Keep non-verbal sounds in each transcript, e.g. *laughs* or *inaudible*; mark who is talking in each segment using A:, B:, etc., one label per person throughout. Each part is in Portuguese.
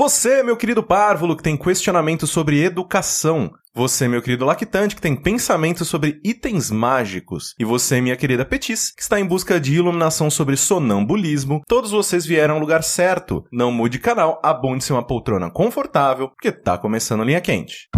A: Você, meu querido párvulo, que tem questionamento sobre educação. Você, meu querido lactante, que tem pensamento sobre itens mágicos. E você, minha querida Petis, que está em busca de iluminação sobre sonambulismo. Todos vocês vieram ao lugar certo. Não mude canal, abonde-se uma poltrona confortável, porque tá começando linha quente.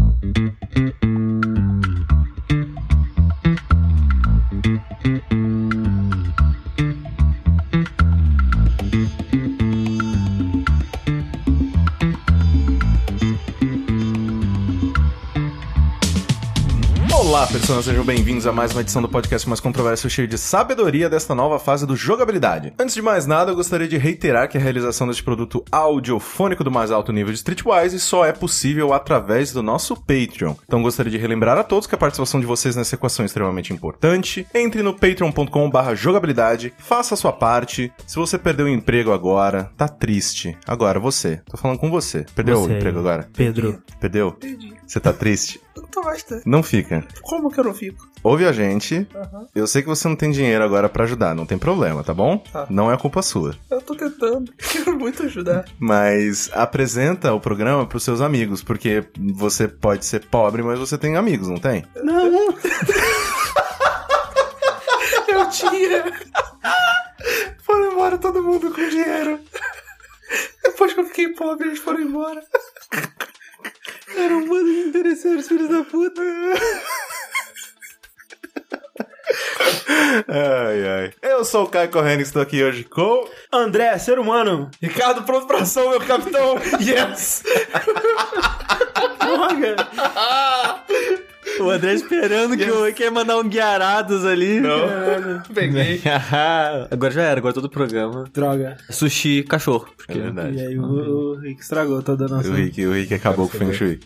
A: Olá, pessoas, sejam bem-vindos a mais uma edição do podcast mais controverso cheio de sabedoria desta nova fase do jogabilidade. Antes de mais nada, eu gostaria de reiterar que a realização deste produto audiofônico do mais alto nível de Streetwise só é possível através do nosso Patreon. Então gostaria de relembrar a todos que a participação de vocês nessa equação é extremamente importante. Entre no patreon.com/barra jogabilidade, faça a sua parte. Se você perdeu o emprego agora, tá triste. Agora você. Tô falando com você. Perdeu
B: Você
A: o
B: aí.
A: emprego agora?
B: Pedro.
A: Perdeu?
C: Entendi.
A: Você tá triste?
C: Eu tô bastante.
A: Não fica.
C: Como que eu não fico?
A: Ouve a gente.
C: Aham.
A: Eu sei que você não tem dinheiro agora pra ajudar, não tem problema, tá bom?
C: Tá.
A: Não é culpa sua.
C: Eu tô tentando. *laughs* Quero muito ajudar.
A: Mas apresenta o programa pros seus amigos, porque você pode ser pobre, mas você tem amigos, não tem?
B: Não.
C: Eu
A: *laughs*
C: tinha.
A: Foi embora todo mundo com dinheiro.
C: Depois que eu fiquei pobre, eles foram embora.
B: Era um bando de interesseiros, filhos da puta.
A: Ai, ai. Eu sou o Caio Corrêa e estou aqui hoje com...
B: André, ser humano.
C: Ricardo, pronto pra ação, meu capitão. Yes!
B: Droga. o André esperando que eu que ia mandar um guiarados ali. *laughs*
C: Caralho. Peguei.
B: agora já era, agora todo o programa.
D: Droga.
B: Sushi, cachorro.
A: É
B: Porque...
A: verdade.
D: E aí o, o Rick estragou toda a nossa.
A: O Rick, o Rick acabou com o Feng Shui.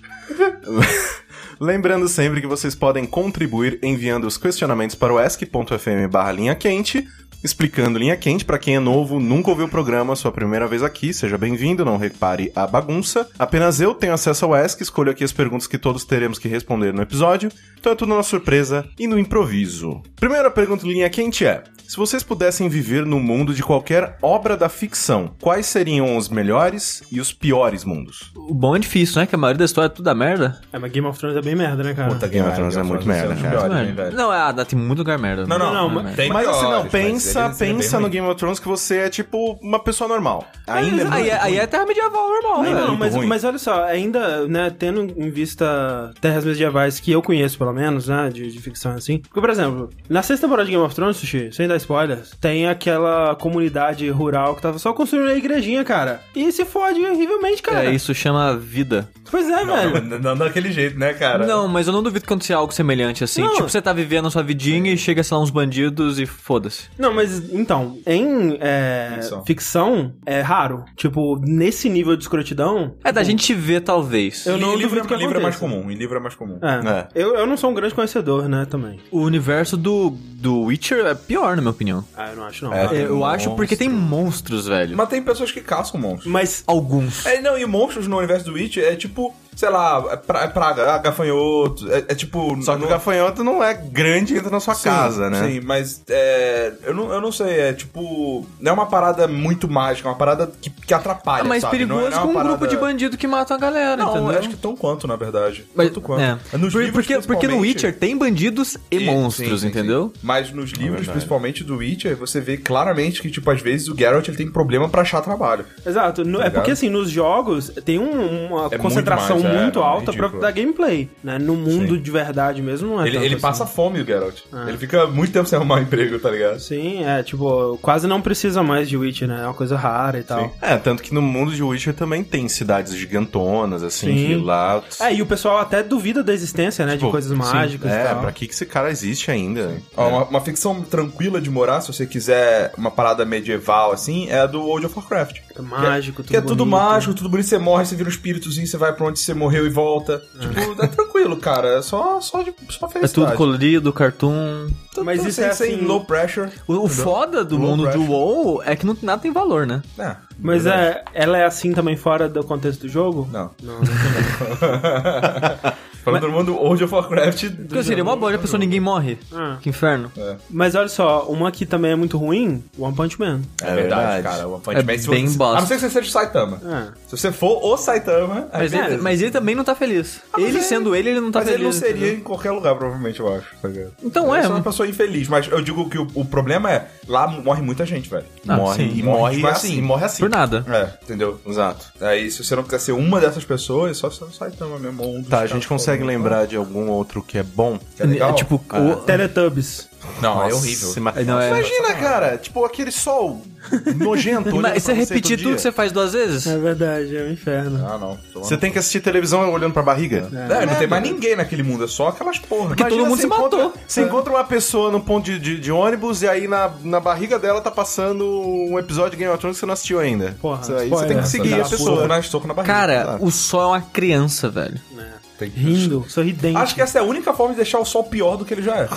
A: Lembrando sempre que vocês podem contribuir enviando os questionamentos para o ask.fm barra linha quente, explicando linha quente para quem é novo, nunca ouviu o programa, sua primeira vez aqui, seja bem-vindo, não repare a bagunça. Apenas eu tenho acesso ao ask, escolho aqui as perguntas que todos teremos que responder no episódio, então é tudo na surpresa e no improviso. Primeira pergunta do linha quente é: se vocês pudessem viver no mundo de qualquer obra da ficção, quais seriam os melhores e os piores mundos?
B: O bom é difícil, né? Que a maioria da história é tudo da merda.
D: É, mas Game of Thrones é bem merda, né, cara?
E: Puta,
A: Game of Thrones é muito merda, cara.
E: Piores,
B: Mano,
E: hein, velho?
B: não, é, dá- tem muito lugar merda.
E: Não, não,
D: Não,
B: né,
D: mas-
B: velho?
E: Tem
A: mas assim, não,
E: piores, mas
A: pensa,
E: eles- eles é
A: pensa
E: bem
A: no
E: ruim.
A: Game of Thrones que você é tipo uma pessoa normal. Ainda
B: Aí,
A: é muito
B: é- aí
A: ruim.
B: é terra medieval normal,
D: Não,
B: velho.
D: não,
A: muito
D: mas,
A: ruim.
D: mas olha só, ainda, né, tendo em vista terras medievais que eu conheço, pelo menos, né, de, de ficção assim. Porque, por exemplo, na sexta temporada de Game of Thrones, Sushi, sem dar spoilers, tem aquela comunidade rural que tava só construindo a igrejinha, cara. E se fode horrivelmente, cara.
B: É, isso chama vida.
D: Pois é, velho.
E: Não, não daquele jeito, né, cara?
B: Não, mas eu não duvido que aconteça algo semelhante assim.
D: Não.
B: Tipo, você tá vivendo a sua vidinha e chega, sei lá, uns bandidos e foda-se.
D: Não, mas então, em é, ficção.
E: Ficção.
D: é raro. Tipo, nesse nível de escrotidão.
B: É da gente ver, talvez.
D: Eu não
E: em livro,
D: duvido que
E: em livro é mais
D: aconteça.
E: comum, em livro é mais comum.
D: É.
A: É.
D: Eu, eu não sou um grande conhecedor, né, também.
B: O universo do, do Witcher é pior, na minha opinião.
D: Ah, eu não acho, não.
E: É.
D: Ah,
E: Tem
B: eu acho porque tem monstros, velho.
E: Mas tem pessoas que caçam monstros.
D: Mas.
B: Alguns.
E: É, não, e monstros no universo do Witch é tipo, sei lá, é pra- é praga, ah, gafanhoto, é, é tipo...
A: Só que
E: não-
A: o gafanhoto não é grande e entra na sua
E: Sim,
A: casa, né?
E: Sim, mas é, eu, não, eu não sei, é tipo... Não é uma parada muito mágica, é uma parada que, que atrapalha,
B: É mais
E: sabe? Não é-
B: perigoso
E: não é uma
B: com um
E: parada-
B: grupo de bandido que mata a galera,
E: Não,
B: entendeu?
E: acho que tão quanto, na verdade.
B: Mas-
E: tanto quanto.
B: é.
E: Nos
B: Por-
E: livros,
B: porque, porque no
E: principalmente-
B: Witcher tem bandidos e,
E: E-
B: monstros,
E: sim, sim,
B: entendeu?
E: sim. Mas nos
D: É
E: livros,
A: verdade.
E: principalmente do Witcher, você vê claramente que, tipo, às vezes o Geralt ele tem problema pra achar trabalho.
D: Exato. No- é
E: Tá ligado?
D: porque, assim, nos jogos tem um- uma
E: muito
D: concentração muito,
E: mais, é, é
D: alta pra,
E: ridículo.
D: da gameplay. Né? No mundo de verdade mesmo, não é
E: ele
D: tanto
E: ele
D: assim. Ah.
E: passa fome, o Geralt. Ele fica muito tempo sem arrumar *laughs* um emprego, tá ligado?
D: Sim, é, tipo, quase não precisa mais de Witch, né? É uma coisa rara e tal.
A: É, tanto que no mundo de Witcher também tem cidades gigantonas, assim,
D: Sim.
A: que lá...
D: É, e o pessoal até duvida da existência, né?
A: Tipo,
D: de coisas
A: sim,
D: mágicas e
A: É,
D: tal.
A: pra que que esse cara existe ainda?
E: Ó,
D: É.
E: uma, uma ficção tranquila de morar, se você quiser uma parada medieval, assim, é a do World of Warcraft.
D: Mágico, tudo
E: que é tudo
D: bonito.
E: mágico, tudo bonito, você morre, você vira um espíritozinho, você vai pra onde você morreu e volta. Tipo, é tranquilo, cara. É só, só, de, só
B: É
E: felicidade.
B: tudo colorido, cartoon.
E: Tudo-
D: Mas
E: tudo
D: isso
E: sem-
D: é
E: sem
D: assim-
E: low pressure.
B: O, o foda do
E: Low
B: mundo de
E: pressure.
B: WoW é que não, nada tem valor, né?
E: É,
D: Mas
E: verdade.
D: é,
E: *laughs*
D: ela é assim também fora do contexto do jogo?
E: Não.
D: Não, não também.
E: *laughs* Falando do mundo World of Warcraft. do
B: Porque seria
E: jogo.
B: uma boa, já pensou ninguém morre.
D: Ah.
B: Que inferno.
D: Mas olha só, uma que também é muito ruim, One Punch Man.
E: É verdade,
A: verdade.
E: cara. O One Punch
B: É
E: Man, se
B: bem
E: você-
B: bosta.
E: A não ser que você seja o Saitama.
D: Ah.
E: Se você for o Saitama, aí
B: Mas, ele,
E: É, beleza. Ah, é.
B: mas ele também não tá feliz. ele sendo ele, ele não tá
E: mas
B: feliz.
E: ele não seria
B: entendeu?
E: em qualquer lugar, provavelmente, eu acho. Tá ligado?
B: Então é,
E: Ele só é uma
B: mano.
E: pessoa infeliz. Mas eu digo que o, o problema é, lá morre muita gente, velho.
B: Ah,
A: morre,
B: sim.
A: e morre,
E: Morre
A: assim,
E: assim.
A: e morre assim.
B: por nada.
E: É, entendeu?
A: Exato.
E: Aí, se você não quiser ser uma dessas pessoas, é só ser o Saitama mesmo. ou Um dos
A: Tá, a
E: caras
A: gente
E: que
A: consegue
E: foram-
A: lembrar de algum outro que é bom?
E: Que é legal?
B: É tipo,
A: Ah.
B: o-
D: Teletubbies.
E: Não, é
A: Nossa,
E: horrível.
A: ima-
B: É, não, é-
A: Imagina, cara, tipo aquele sol
B: *laughs*
A: nojento. olhando pra
B: Mas você repetir
A: todo
B: tudo
A: dia.
B: que você faz duas vezes?
D: É verdade, é um inferno.
E: Ah, não.
A: Você tem que assistir televisão olhando pra barriga?
E: É, não tem mais ninguém naquele mundo, é só aquelas porra. assim,
B: Porque
A: Imagina
B: né? todo mundo
A: você
B: se
A: encontra-
B: matou.
A: Você encontra uma pessoa no ponto de, de- de ônibus e aí na, na barriga dela tá passando um episódio de Game of Thrones que você não assistiu ainda.
D: Porra,
A: Isso aí você
D: spoiler.
A: tem que
D: Nossa,
A: seguir a
E: Soco
A: pessoa.
E: na, soco na barriga.
B: Cara,
E: Claro.
B: o sol é uma criança, velho.
D: Tá
E: Tem que-
D: Rindo, sorridente.
E: Acho que essa é a única forma de deixar o sol pior do que ele já
A: *laughs*
E: é.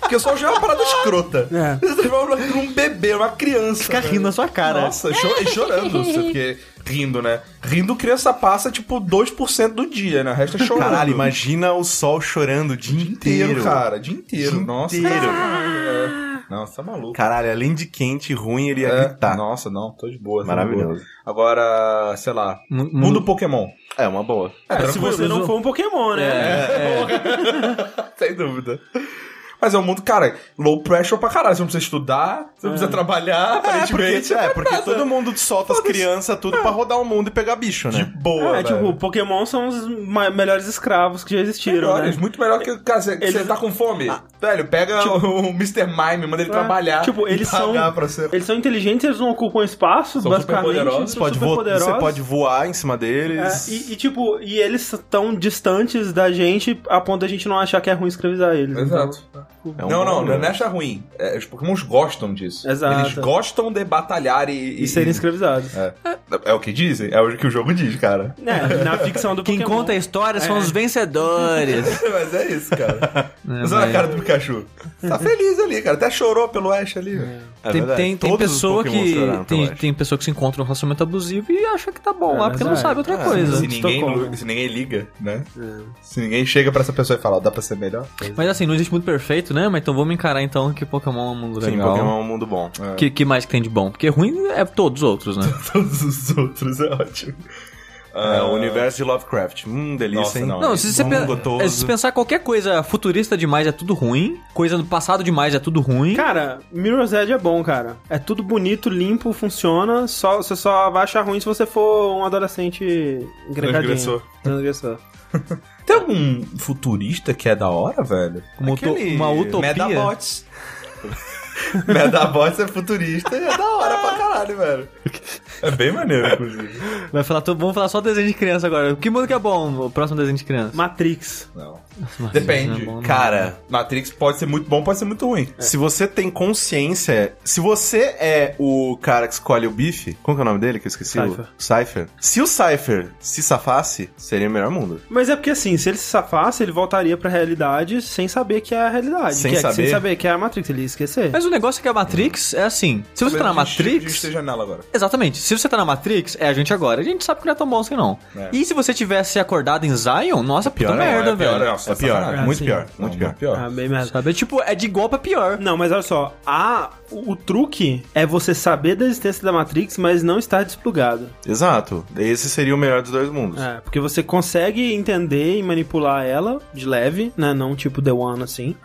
E: Porque o sol já é uma parada escrota.
D: É.
E: Você transforma aquilo num um bebê, uma criança.
B: Fica
E: velho.
B: rindo na sua cara.
E: Nossa, cho- chorando, você- porque rindo, né? Rindo, criança passa tipo 2% do dia, né? O resto é chorando.
A: Caralho, imagina o sol chorando o dia,
E: Dia
A: inteiro.
E: inteiro, cara. Dia inteiro.
A: Dia
E: Nossa.
A: inteiro.
E: Caralho, é. Nossa, tá maluco.
A: Caralho, além de quente e ruim, ele ia
E: É.
A: gritar.
E: Nossa, não, tô de boa. tô de
A: Maravilhoso.
E: boa. Agora, sei lá.
B: Mu-
E: Mundo, Pokémon.
A: É, uma boa.
E: É,
D: se você não for um Pokémon, né?
E: Sem dúvida. Mas é um mundo, cara, low pressure pra caralho. Você não precisa estudar, você não precisa trabalhar,
A: É,
E: aparentemente.
A: porque, é, porque todo mundo solta as crianças tudo pra rodar o mundo e pegar bicho, né?
E: de boa,
D: é,
E: velho.
D: tipo, Pokémon são os ma- melhores escravos que já existiram,
E: Melhores,
D: né?
E: muito É melhor que cara, você,
D: Eles-
E: você tá com fome. Velho, pega o Mr. Mime, manda ele
D: É,
E: trabalhar.
D: tipo, eles
E: pagar
D: são-
E: Pra ser...
D: Eles são inteligentes, eles não ocupam espaço,
E: São
D: basicamente.
E: superpoderosos,
A: Você
D: são
A: pode, vo-
D: superpoderosos.
A: você pode voar em cima deles.
D: É, e, e, tipo, e eles estão distantes da gente a ponto da gente não achar que é ruim escravizar eles. então,
E: Exato.
A: É um
E: não,
A: bom
E: não,
A: lugar.
E: não é achar ruim. É, os pokémons gostam disso.
D: Exato.
E: Eles gostam de batalhar e...
D: E serem escravizados.
E: É. É o que dizem? É o que o jogo diz,
D: *laughs*
E: cara.
D: É, na ficção do
B: Quem
D: Pokémon.
B: conta a história são
D: É.
B: os
D: *laughs*
B: vencedores.
E: Mas é isso, cara. Mas olha
B: É, mas-
E: a cara do Pikachu. Tá feliz ali, cara. Até chorou pelo Ash ali. velho.
A: É
B: tem,
A: verdade.
B: tem, tem
A: Todos os
B: pessoa
A: Pokémons
B: que
A: choraram, eu
B: tem,
A: acho.
B: tem pessoa que se encontra num relacionamento abusivo e acha que tá bom lá porque não
D: mas é.
B: sabe outra
A: É,
B: coisa.
E: Se ninguém,
D: Estocolmo.
E: se ninguém liga, né? Se ninguém chega pra essa pessoa e fala, "Ó, dá pra ser melhor?
B: Mas assim, não existe muito perfeito, né? Mas então vamos encarar então que Pokémon é um mundo
A: Sim,
B: legal.
A: Pokémon é um mundo bom.
B: Que, que mais que tem de bom? Porque ruim é todos os outros, né?
E: *laughs* Todos os outros, é ótimo.
A: É,
E: Ah,
A: o universo de Lovecraft. Hum, delícia,
E: Nossa,
A: hein?
E: não.
B: Não, se você
A: Mundo
B: pe-
A: gotoso.
B: é, se pensar qualquer coisa futurista demais é tudo ruim, coisa do passado demais é tudo ruim.
D: Cara, Mirror's Edge é bom, cara. É tudo bonito, limpo, funciona. Só, você só vai achar ruim se você for um adolescente encrencadinho.
E: Transgressor.
D: Transgressor.
E: Tem algum futurista que é da hora, velho?
B: uma, uto- uma utopia.
E: Medabots. *laughs* Medabots é futurista e é da hora pra caralho, velho. É bem maneiro, inclusive.
B: Vai falar, tô- vamos falar só desenho de criança agora. Que mundo que é bom? O próximo desenho de criança.
D: Matrix.
E: Não.
B: Nossa,
E: Depende.
B: não é bom, não.
A: Cara,
E: Matrix pode ser muito bom, pode ser muito ruim.
A: se você tem consciência. Se você é o cara que escolhe o bife. Como que é o nome dele que eu esqueci?
D: Cypher.
A: O Cypher. Se o Cypher se safasse, seria o melhor mundo.
D: Mas é porque assim, se ele se safasse, ele voltaria pra realidade sem saber que é a realidade.
A: Sem
D: que é,
A: saber?
D: Sem saber que é a Matrix, ele ia esquecer.
B: Mas o negócio é que a Matrix é assim. Se você tá na Matrix.
E: esteja nela agora.
B: Exatamente. Se você tá na Matrix, é a gente agora. A gente sabe que não é tão bom assim, não.
E: É.
B: E se você tivesse acordado em Zion, nossa, puta
A: Pior não,
B: merda,
E: é pior,
B: velho.
E: não,
A: É
E: tá
A: pior,
E: sacanagem. é
A: muito
D: sim.
A: pior,
E: Não,
A: muito pior.
D: Ah, bem merda.
B: Sabe? É tipo, é de igual pra pior.
D: Não, mas olha só, a, o, o truque é você saber da existência da Matrix, mas não estar desplugado.
A: Exato. Esse seria o melhor dos dois mundos.
D: É, porque você consegue entender e manipular ela de leve, né? Não tipo The One assim.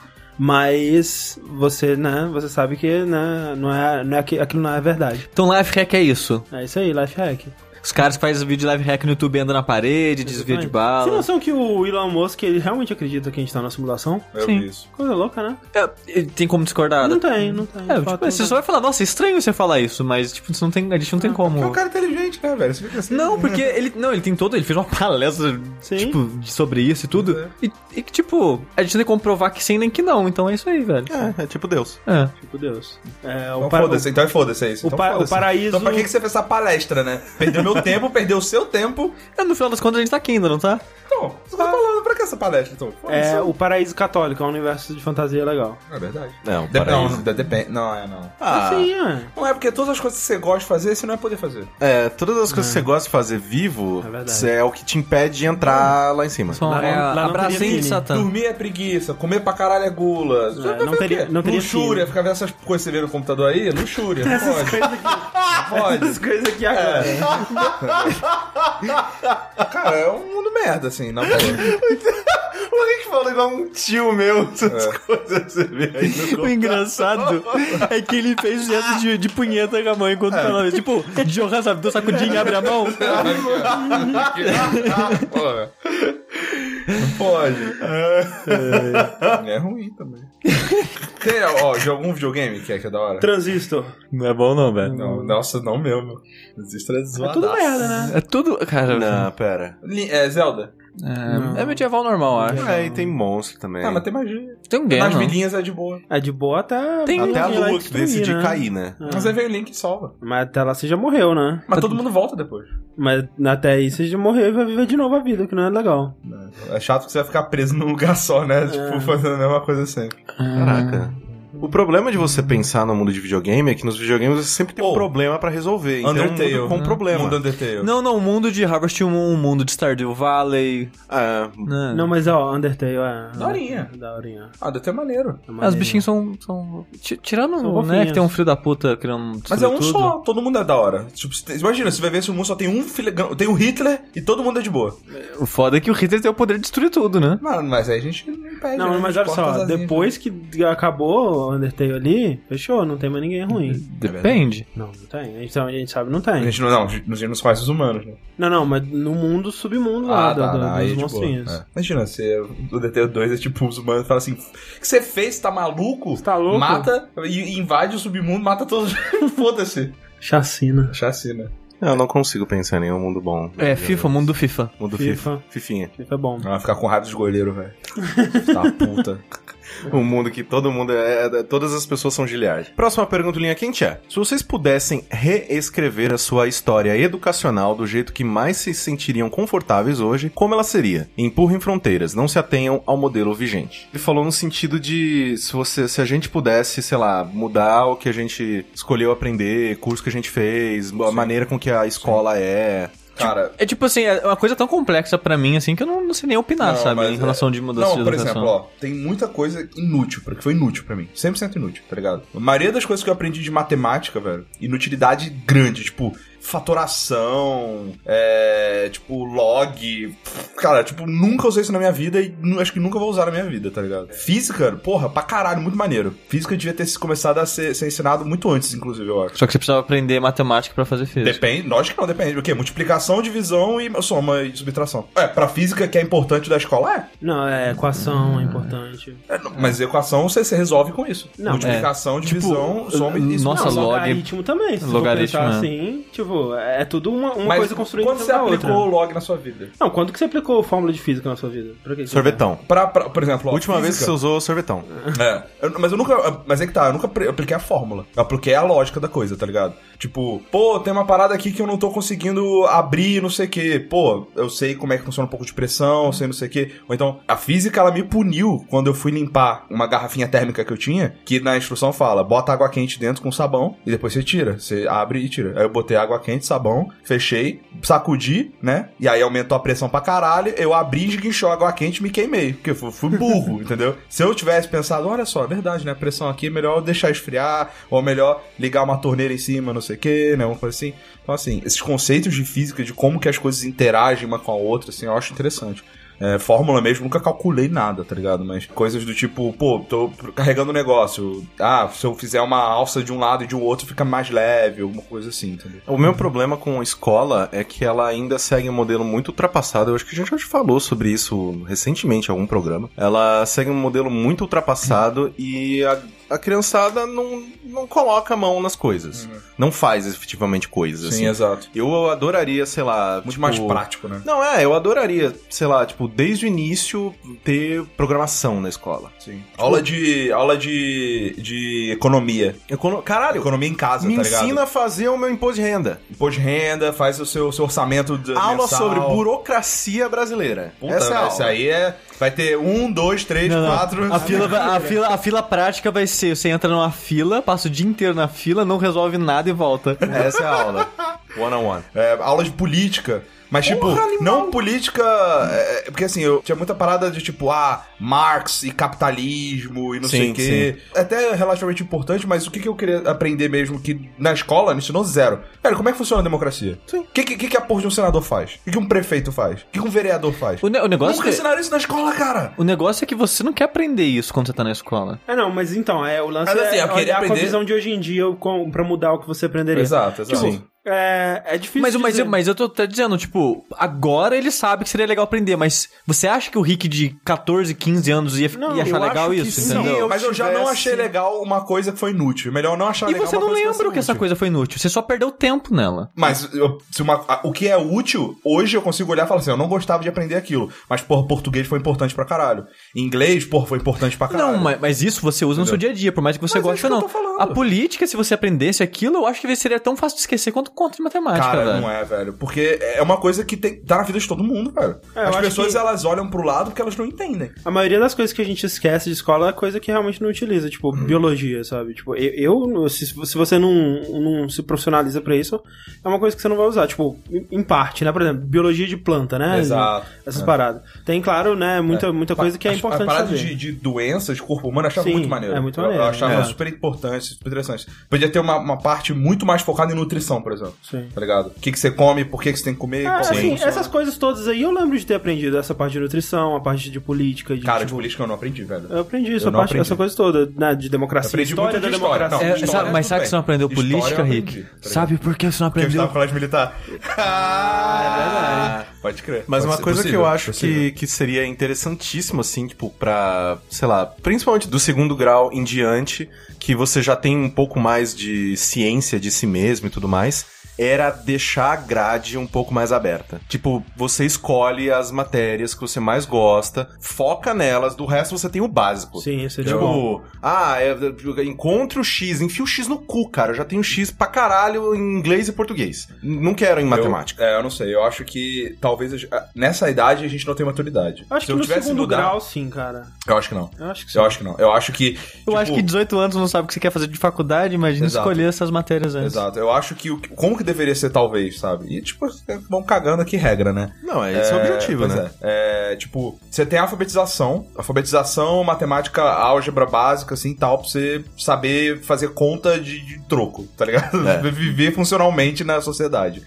D: Mas você, né? Você sabe que né, não é, não é, aqui- aquilo não é verdade.
B: Então live hack é isso.
D: É isso aí, life hack.
B: Os caras que fazem vídeo de live hack no YouTube andam na parede, desvia de
D: Você
B: bala.
D: noção que o Elon Musk ele realmente acredita que a gente tá na simulação?
E: Eu
B: Sim.
E: vi isso.
D: Coisa louca, né?
B: É, tem como discordar.
D: Não tem, não tem.
B: É,
D: de
B: tipo,
D: fato, né?
B: você
D: não
B: só vai falar, nossa, é estranho você falar isso, mas tipo, isso não tem, a gente
D: Ah,
B: não tem como.
E: Porque o cara é inteligente, né, velho? Você fica assim,
B: Não, porque ele. Não, ele tem todo. Ele fez uma palestra,
D: Sim.
B: tipo, de- sobre isso e tudo.
E: Pois
B: E, e que, tipo, a gente não tem como provar que sim nem que não. Então é isso aí, velho.
A: É, é tipo Deus.
B: É.
D: tem, Tipo, Deus. É, o
E: Então
D: para-
E: foda-se, então é foda-se, é
D: o
E: isso. então
D: pa- o
E: foda-se.
D: paraíso-
E: Então pra que que você fez essa palestra, né? Perdeu meu meu tempo, perdeu o seu tempo.
B: No final das contas, a gente tá aqui ainda, não tá?
E: Então, você tá falando pra que essa palestra, então? Foda-se.
D: Ah. É o Paraíso Católico, é um universo de fantasia legal.
E: É verdade.
A: Não,
E: Dep-
A: paraíso.
E: não, de- depende. Não, é não.
A: Ah,
D: Assim, é.
E: Não é porque todas as coisas que você gosta de fazer, você não vai poder fazer.
A: é, todas as coisas que você gosta de fazer vivo
D: É verdade.
A: cê- é, o que te impede de entrar lá em cima. *laughs*
B: Só
D: Lá não-
B: é,
D: lá né? não teria
B: abracinho
D: filme.
B: de Satã.
E: Dormir é preguiça, comer pra caralho é gula. Você vai
D: não
E: ver o
D: teria-
E: quê?
D: não teria
E: luxúria,
D: filme.
E: ficar vendo essas coisas que você vê no computador aí, luxúria. Pode.
D: Essas
E: Pode.
D: coisas aqui agora.
E: Cara, é um mundo merda, assim, na boa.
A: O Rick falou igual um tio meu, essas
B: É.
A: coisas que você vê aí no
B: O engraçado é que ele fez gesto de, de punheta com a mão enquanto falava. Tipo, Johan, sabe, deu sacudinho e abre a mão.
E: Porra. Não pode. É ruim também. Tem, ó, de algum videogame que é que é da hora?
D: Transistor.
B: Não é bom não, velho.
E: Não, nossa, não mesmo. Existe
D: É tudo merda, né?
B: É tudo... Cara...
A: Não, pera.
E: Li- É Zelda?
B: É, é medieval normal, acho.
A: É, e tem monstro também.
E: Ah, mas tem magia.
B: Tem um
E: Nas
B: game.
E: vilinhas é de boa.
D: É de boa até.
B: Tem um
D: até
A: Até a
D: alguém lá
A: lua que
D: destruir,
A: decide
D: né?
A: cair, né?
E: Mas aí vem o Link e salva.
D: Mas até lá você já morreu, né?
E: Mas todo mundo volta depois.
D: Mas até aí você já morreu e vai viver de novo a vida, que não é legal.
E: É chato que você vai ficar preso num lugar só, né? Tipo, fazendo a mesma coisa sempre.
B: Ah.
A: Caraca. O problema de você pensar no mundo de videogame é que nos videogames você sempre tem um
E: Pô.
A: problema pra resolver. Então,
E: Undertale.
A: é um mundo com problema.
E: Mundo Undertale.
B: Não, não, o mundo de Harvest Moon, o mundo de Stardew Valley.
A: Ah,
B: Né?
D: Não, mas ó, Undertale é.
E: Daorinha.
D: Daorinha.
E: Ah, Undertale é maneiro.
D: É
B: As
D: maneiro.
B: bichinhos são. são... ti- Tirando
D: São
B: o né,
D: fofinhos.
B: que tem um filho da puta querendo.
E: Mas
B: destruir
E: é um
B: tudo.
E: só, todo mundo é da hora. Tipo, você tem- imagina, você vai ver se o mundo só tem um filho. Tem o Hitler e todo mundo é de boa.
B: O foda é que o Hitler tem o poder de destruir tudo, né?
E: Mano, mas aí a gente não impede. né?
D: Não, mas
E: A
D: olha
E: gente
D: só,
E: corta as asinhas.
D: depois que acabou o Undertale ali, fechou, não tem mais ninguém ruim.
B: Uhum. Depende.
D: Não, não tem. Então a gente sabe, não tem.
E: né? A gente não, não, a gente não faz os humanos, né? Ah,
D: Não, não, mas no mundo submundo lá do- do-
E: não,
D: dos
E: de boa.
D: monstrinhos.
E: tá, É. Imagina, você, o DT 2 é tipo os humanos falam assim: o que você fez? Tá maluco?
D: Você tá louco?
E: Mata e e invade o submundo, mata todos. *laughs* Foda-se. assim, né?
D: Chacina.
E: Chacina.
A: eu não consigo pensar em nenhum mundo bom.
B: É, FIFA, o mundo do FIFA.
A: Mundo
D: FIFA.
A: FIFA. Fifinha.
D: Fica bom.
E: Ela vai ficar com raiva de
D: *laughs*
E: goleiro, velho. tá puta.
A: Um mundo que todo mundo é, é- Todas as pessoas são Giliard. Próxima pergunta, linha quente é: Se vocês pudessem reescrever a sua história educacional do jeito que mais se sentiriam confortáveis hoje, como ela seria? Empurrem fronteiras, não se atenham ao modelo vigente. Ele falou no sentido de se você, se a gente pudesse, sei lá, mudar o que a gente escolheu aprender, curso que a gente fez, a maneira com que a escola é.
E: Cara,
B: É tipo assim, é uma coisa tão complexa pra mim, assim, que eu não, não sei nem opinar,
E: Não,
B: sabe?
E: mas
B: Em
E: é-
B: relação de mudança
E: Não,
B: de
E: por
B: educação.
E: exemplo, ó, tem muita coisa inútil, porque foi inútil pra mim. 100% inútil, tá ligado? A maioria das coisas que eu aprendi de matemática, velho, inutilidade grande, tipo, fatoração, é, tipo, log. pff, Cara, tipo, nunca usei isso na minha vida e nu- acho que nunca vou usar na minha vida, tá ligado? Física, porra, pra caralho, muito maneiro. Física devia ter se- começado a ser, ser ensinado muito antes, inclusive, eu acho.
B: Só que você precisava aprender matemática pra fazer física.
E: Depende, lógico que não, depende. O quê? Multiplicação, divisão e soma e subtração. É, pra física que é importante da escola, é.
D: Não, é, equação é importante.
E: É, não, Mas equação você, você resolve com isso.
D: Não, é, tipo,
E: Multiplicação, divisão, soma e isso.
B: nossa,
E: não,
D: não,
B: log-
D: logaritmo também. Se
B: Logaritmo,
D: logaritmo, for
B: é.
D: pensar assim, tipo, é tudo uma, uma
E: mas
D: coisa construída
E: quando
D: em
E: você
D: cima da outra.
E: aplicou o log na sua vida?
D: Não, quando que você aplicou fórmula de física na sua vida? Pra que que você
A: Sorvetão.
E: Pra, pra- por exemplo, ó,
A: Última vez que você
E: física.
A: usou sorvetão.
E: É. Eu- mas eu nunca. Mas é que tá, eu nunca apre- apliquei a fórmula. Eu apliquei a lógica da coisa, tá ligado? Tipo, pô, tem uma parada aqui que eu não tô conseguindo abrir, não sei o quê. Pô, eu sei como é que funciona um pouco de pressão, eu sei não sei o quê. Ou então, a física, ela me puniu quando eu fui limpar uma garrafinha térmica que eu tinha, que na instrução fala, bota água quente dentro com sabão e depois você tira. Você abre e tira. Aí eu botei água quente, sabão, fechei, sacudi, né? E aí aumentou a pressão pra caralho, eu abri, esguinchou a água quente e me queimei. Porque eu fui, fui burro, *laughs* entendeu? Se eu tivesse pensado, olha só, é verdade, né? A pressão aqui é melhor eu deixar esfriar, ou melhor ligar uma torneira em cima, não sei o que, né? Uma coisa assim. Então, assim, esses conceitos de física, de como que as coisas interagem uma com a outra, assim, eu acho interessante. É, fórmula mesmo, nunca calculei nada, tá ligado? Mas coisas do tipo, pô, tô carregando um negócio. Ah, se eu fizer uma alça de um lado e de um outro, fica mais leve, alguma coisa assim, entendeu?
A: O meu problema com a escola é que ela ainda segue um modelo muito ultrapassado. Eu acho que a gente já falou sobre
E: Uhum.
A: isso recentemente em algum programa. Ela segue um modelo muito ultrapassado e a a criançada não, não coloca a mão nas coisas. Não faz efetivamente coisas,
E: Uhum.
A: assim.
E: Sim, exato.
A: Eu adoraria, sei lá.
E: Muito
A: tipo,
E: mais prático, né?
A: Não, é, eu adoraria, sei lá, tipo, desde o início ter programação na escola.
E: Sim. Aula de. Aula de. de economia.
A: Econo... Caralho,
E: Economia em casa,
A: me
E: tá ligado?
A: ensina a fazer o meu imposto de renda.
E: Imposto de renda, faz o seu, seu orçamento de,
A: Aula
E: mensal.
A: sobre burocracia brasileira.
E: Puta,
A: Essa é a
E: velho,
A: aula.
E: isso aí é. Vai ter um, dois, três,
B: Não, não.
E: quatro.
B: A fila, vai- a, fila, a fila prática vai ser: você entra numa fila, passa o dia inteiro na fila, não resolve nada e volta.
A: Essa é a aula. One on one.
E: É, aula de política. Mas, tipo, não política. é, é, porque assim, eu tinha muita parada de tipo, ah, Marx e capitalismo e não sei
A: Sim,
E: o quê. É Até relativamente importante, mas o que, que eu queria aprender mesmo que na escola me ensinou zero. Cara, como é que funciona a democracia? O que, que, que que a porra de um senador faz? O que, que um prefeito faz? O que, que um vereador faz?
B: O, ne- o negócio
E: Nunca
B: é,
E: ensinaram isso na escola, cara!
B: o negócio é que você não quer aprender isso quando você tá na escola.
D: É, não, mas então, é, o lance
E: Mas, assim,
D: é
E: eu queria
D: olhar com a
E: aprender-
D: visão de hoje em dia com, pra mudar o que você aprenderia.
E: Exato,
D: Tipo,
E: exato.
D: é, é difícil
B: Mas, mas,
D: dizer.
B: eu- mas eu tô até dizendo, tipo, agora ele sabe que seria legal aprender, mas você acha que o Rick de 14, 15 anos ia,
D: Não,
B: ia achar
D: eu
B: legal
D: acho que
B: isso,
D: sim,
B: entendeu?
E: mas eu já não
A: tivesse-
E: achei legal uma coisa que foi inútil. Melhor não achar
B: E
E: legal é
B: você
E: uma
B: não
E: coisa vai
B: lembra
E: ser
B: que essa
E: útil.
B: coisa foi inútil, você só perdeu tempo nela.
E: Mas eu- se uma- a- o que é útil, hoje eu consigo olhar e falar assim, eu não gostava de aprender aquilo. Mas, porra, português foi importante pra caralho. Inglês, porra, foi importante pra caralho.
B: Não, mas, mas isso você usa no seu dia a dia, por mais que você
E: Mas é
B: goste
E: isso
B: ou
E: que
B: não.
E: eu tô falando.
B: A política, se você aprendesse aquilo, eu acho que seria tão fácil de esquecer quanto conta de matemática,
E: Cara,
B: velho.
E: não é, velho. Porque é uma coisa que tem, tá na vida de todo mundo, cara.
D: É, eu
E: As
D: acho
E: pessoas,
D: que-
E: elas olham pro lado porque elas não entendem.
D: A maioria das coisas que a gente esquece de escola é coisa que realmente não utiliza, tipo, biologia, sabe? Tipo, eu, eu- se, se você não, não se profissionaliza pra isso, é uma coisa que você não vai usar, tipo, em- em parte, né? Por exemplo, biologia de planta, né?
E: Exato.
D: Essas
E: É.
D: paradas. Tem, claro, né, muita, muita coisa que é
E: A- A
D: importante
E: parada
D: saber.
E: de, de doenças, de corpo humano, eu achava
D: Sim,
E: muito maneiro.
D: é muito
E: Eu- Eu,
D: maneiro,
E: achava
D: é.
E: super importante, super interessante. Podia ter uma, uma parte muito mais focada em nutrição, por exemplo.
D: Sim.
E: Tá ligado? O que, que você come, por que, que você tem que comer.
D: Ah,
E: como
D: assim,
E: funciona.
D: essas coisas todas aí eu lembro de ter aprendido. Essa parte de nutrição, a parte de política. De,
E: Cara, de
D: tipo,
E: política eu não aprendi, velho.
D: Eu aprendi isso,
E: eu
D: a
E: não
D: parte,
E: aprendi.
D: essa coisa toda, né? De democracia,
E: Eu aprendi
D: história
E: muito
D: da
E: de história,
D: democracia.
E: não.
B: É,
E: História,
B: sabe- mas
E: tudo
B: sabe que
E: bem.
B: você não aprendeu
E: História
B: política,
E: eu
B: Rick?
E: aprendi, tá
B: sabe por que você não
E: Porque
B: aprendeu?
E: eu estava no colégio militar. Ah, Pode crer.
A: é Mas
E: Pode
A: uma
E: ser
A: coisa
E: possível,
A: que eu acho
E: possível.
A: que, que seria interessantíssimo, assim, tipo, pra, sei lá, principalmente do segundo grau em diante, que você já tem um pouco mais de ciência de si mesmo e tudo mais, era deixar a grade um pouco mais aberta. Tipo, você escolhe as matérias que você mais gosta, foca nelas, do resto você tem o básico.
D: É, Sim, seria
A: Tipo,
D: bom.
A: ah, é, encontre o X, enfia o X no cu, cara. Eu já tenho X pra caralho em inglês e português. Não quero em matemática.
E: Eu, é, eu não sei. Eu acho que talvez a gente- ah, nessa idade a gente não tem maturidade.
D: Acho
E: Se
D: que
E: eu
D: no
E: tivesse
D: segundo
E: mudado-
D: grau, sim, cara.
E: Eu acho que não.
D: Eu acho que sim.
E: Eu acho que não. Eu acho que. tipo,
B: Eu acho que 18 anos não sabe o que você quer fazer de faculdade, imagina
E: Exato.
B: escolher essas matérias antes.
E: Exato. Eu acho que o, como que deveria ser, talvez, sabe? E, tipo, vão cagando aqui regra, né?
A: Não, é esse é, o objetivo,
E: pois
A: né?
E: É. É, tipo, você tem a alfabetização, alfabetização, matemática, álgebra básica, assim, tal, pra você saber fazer conta de, de troco, tá ligado?
A: É.
E: *laughs* Viver funcionalmente na sociedade.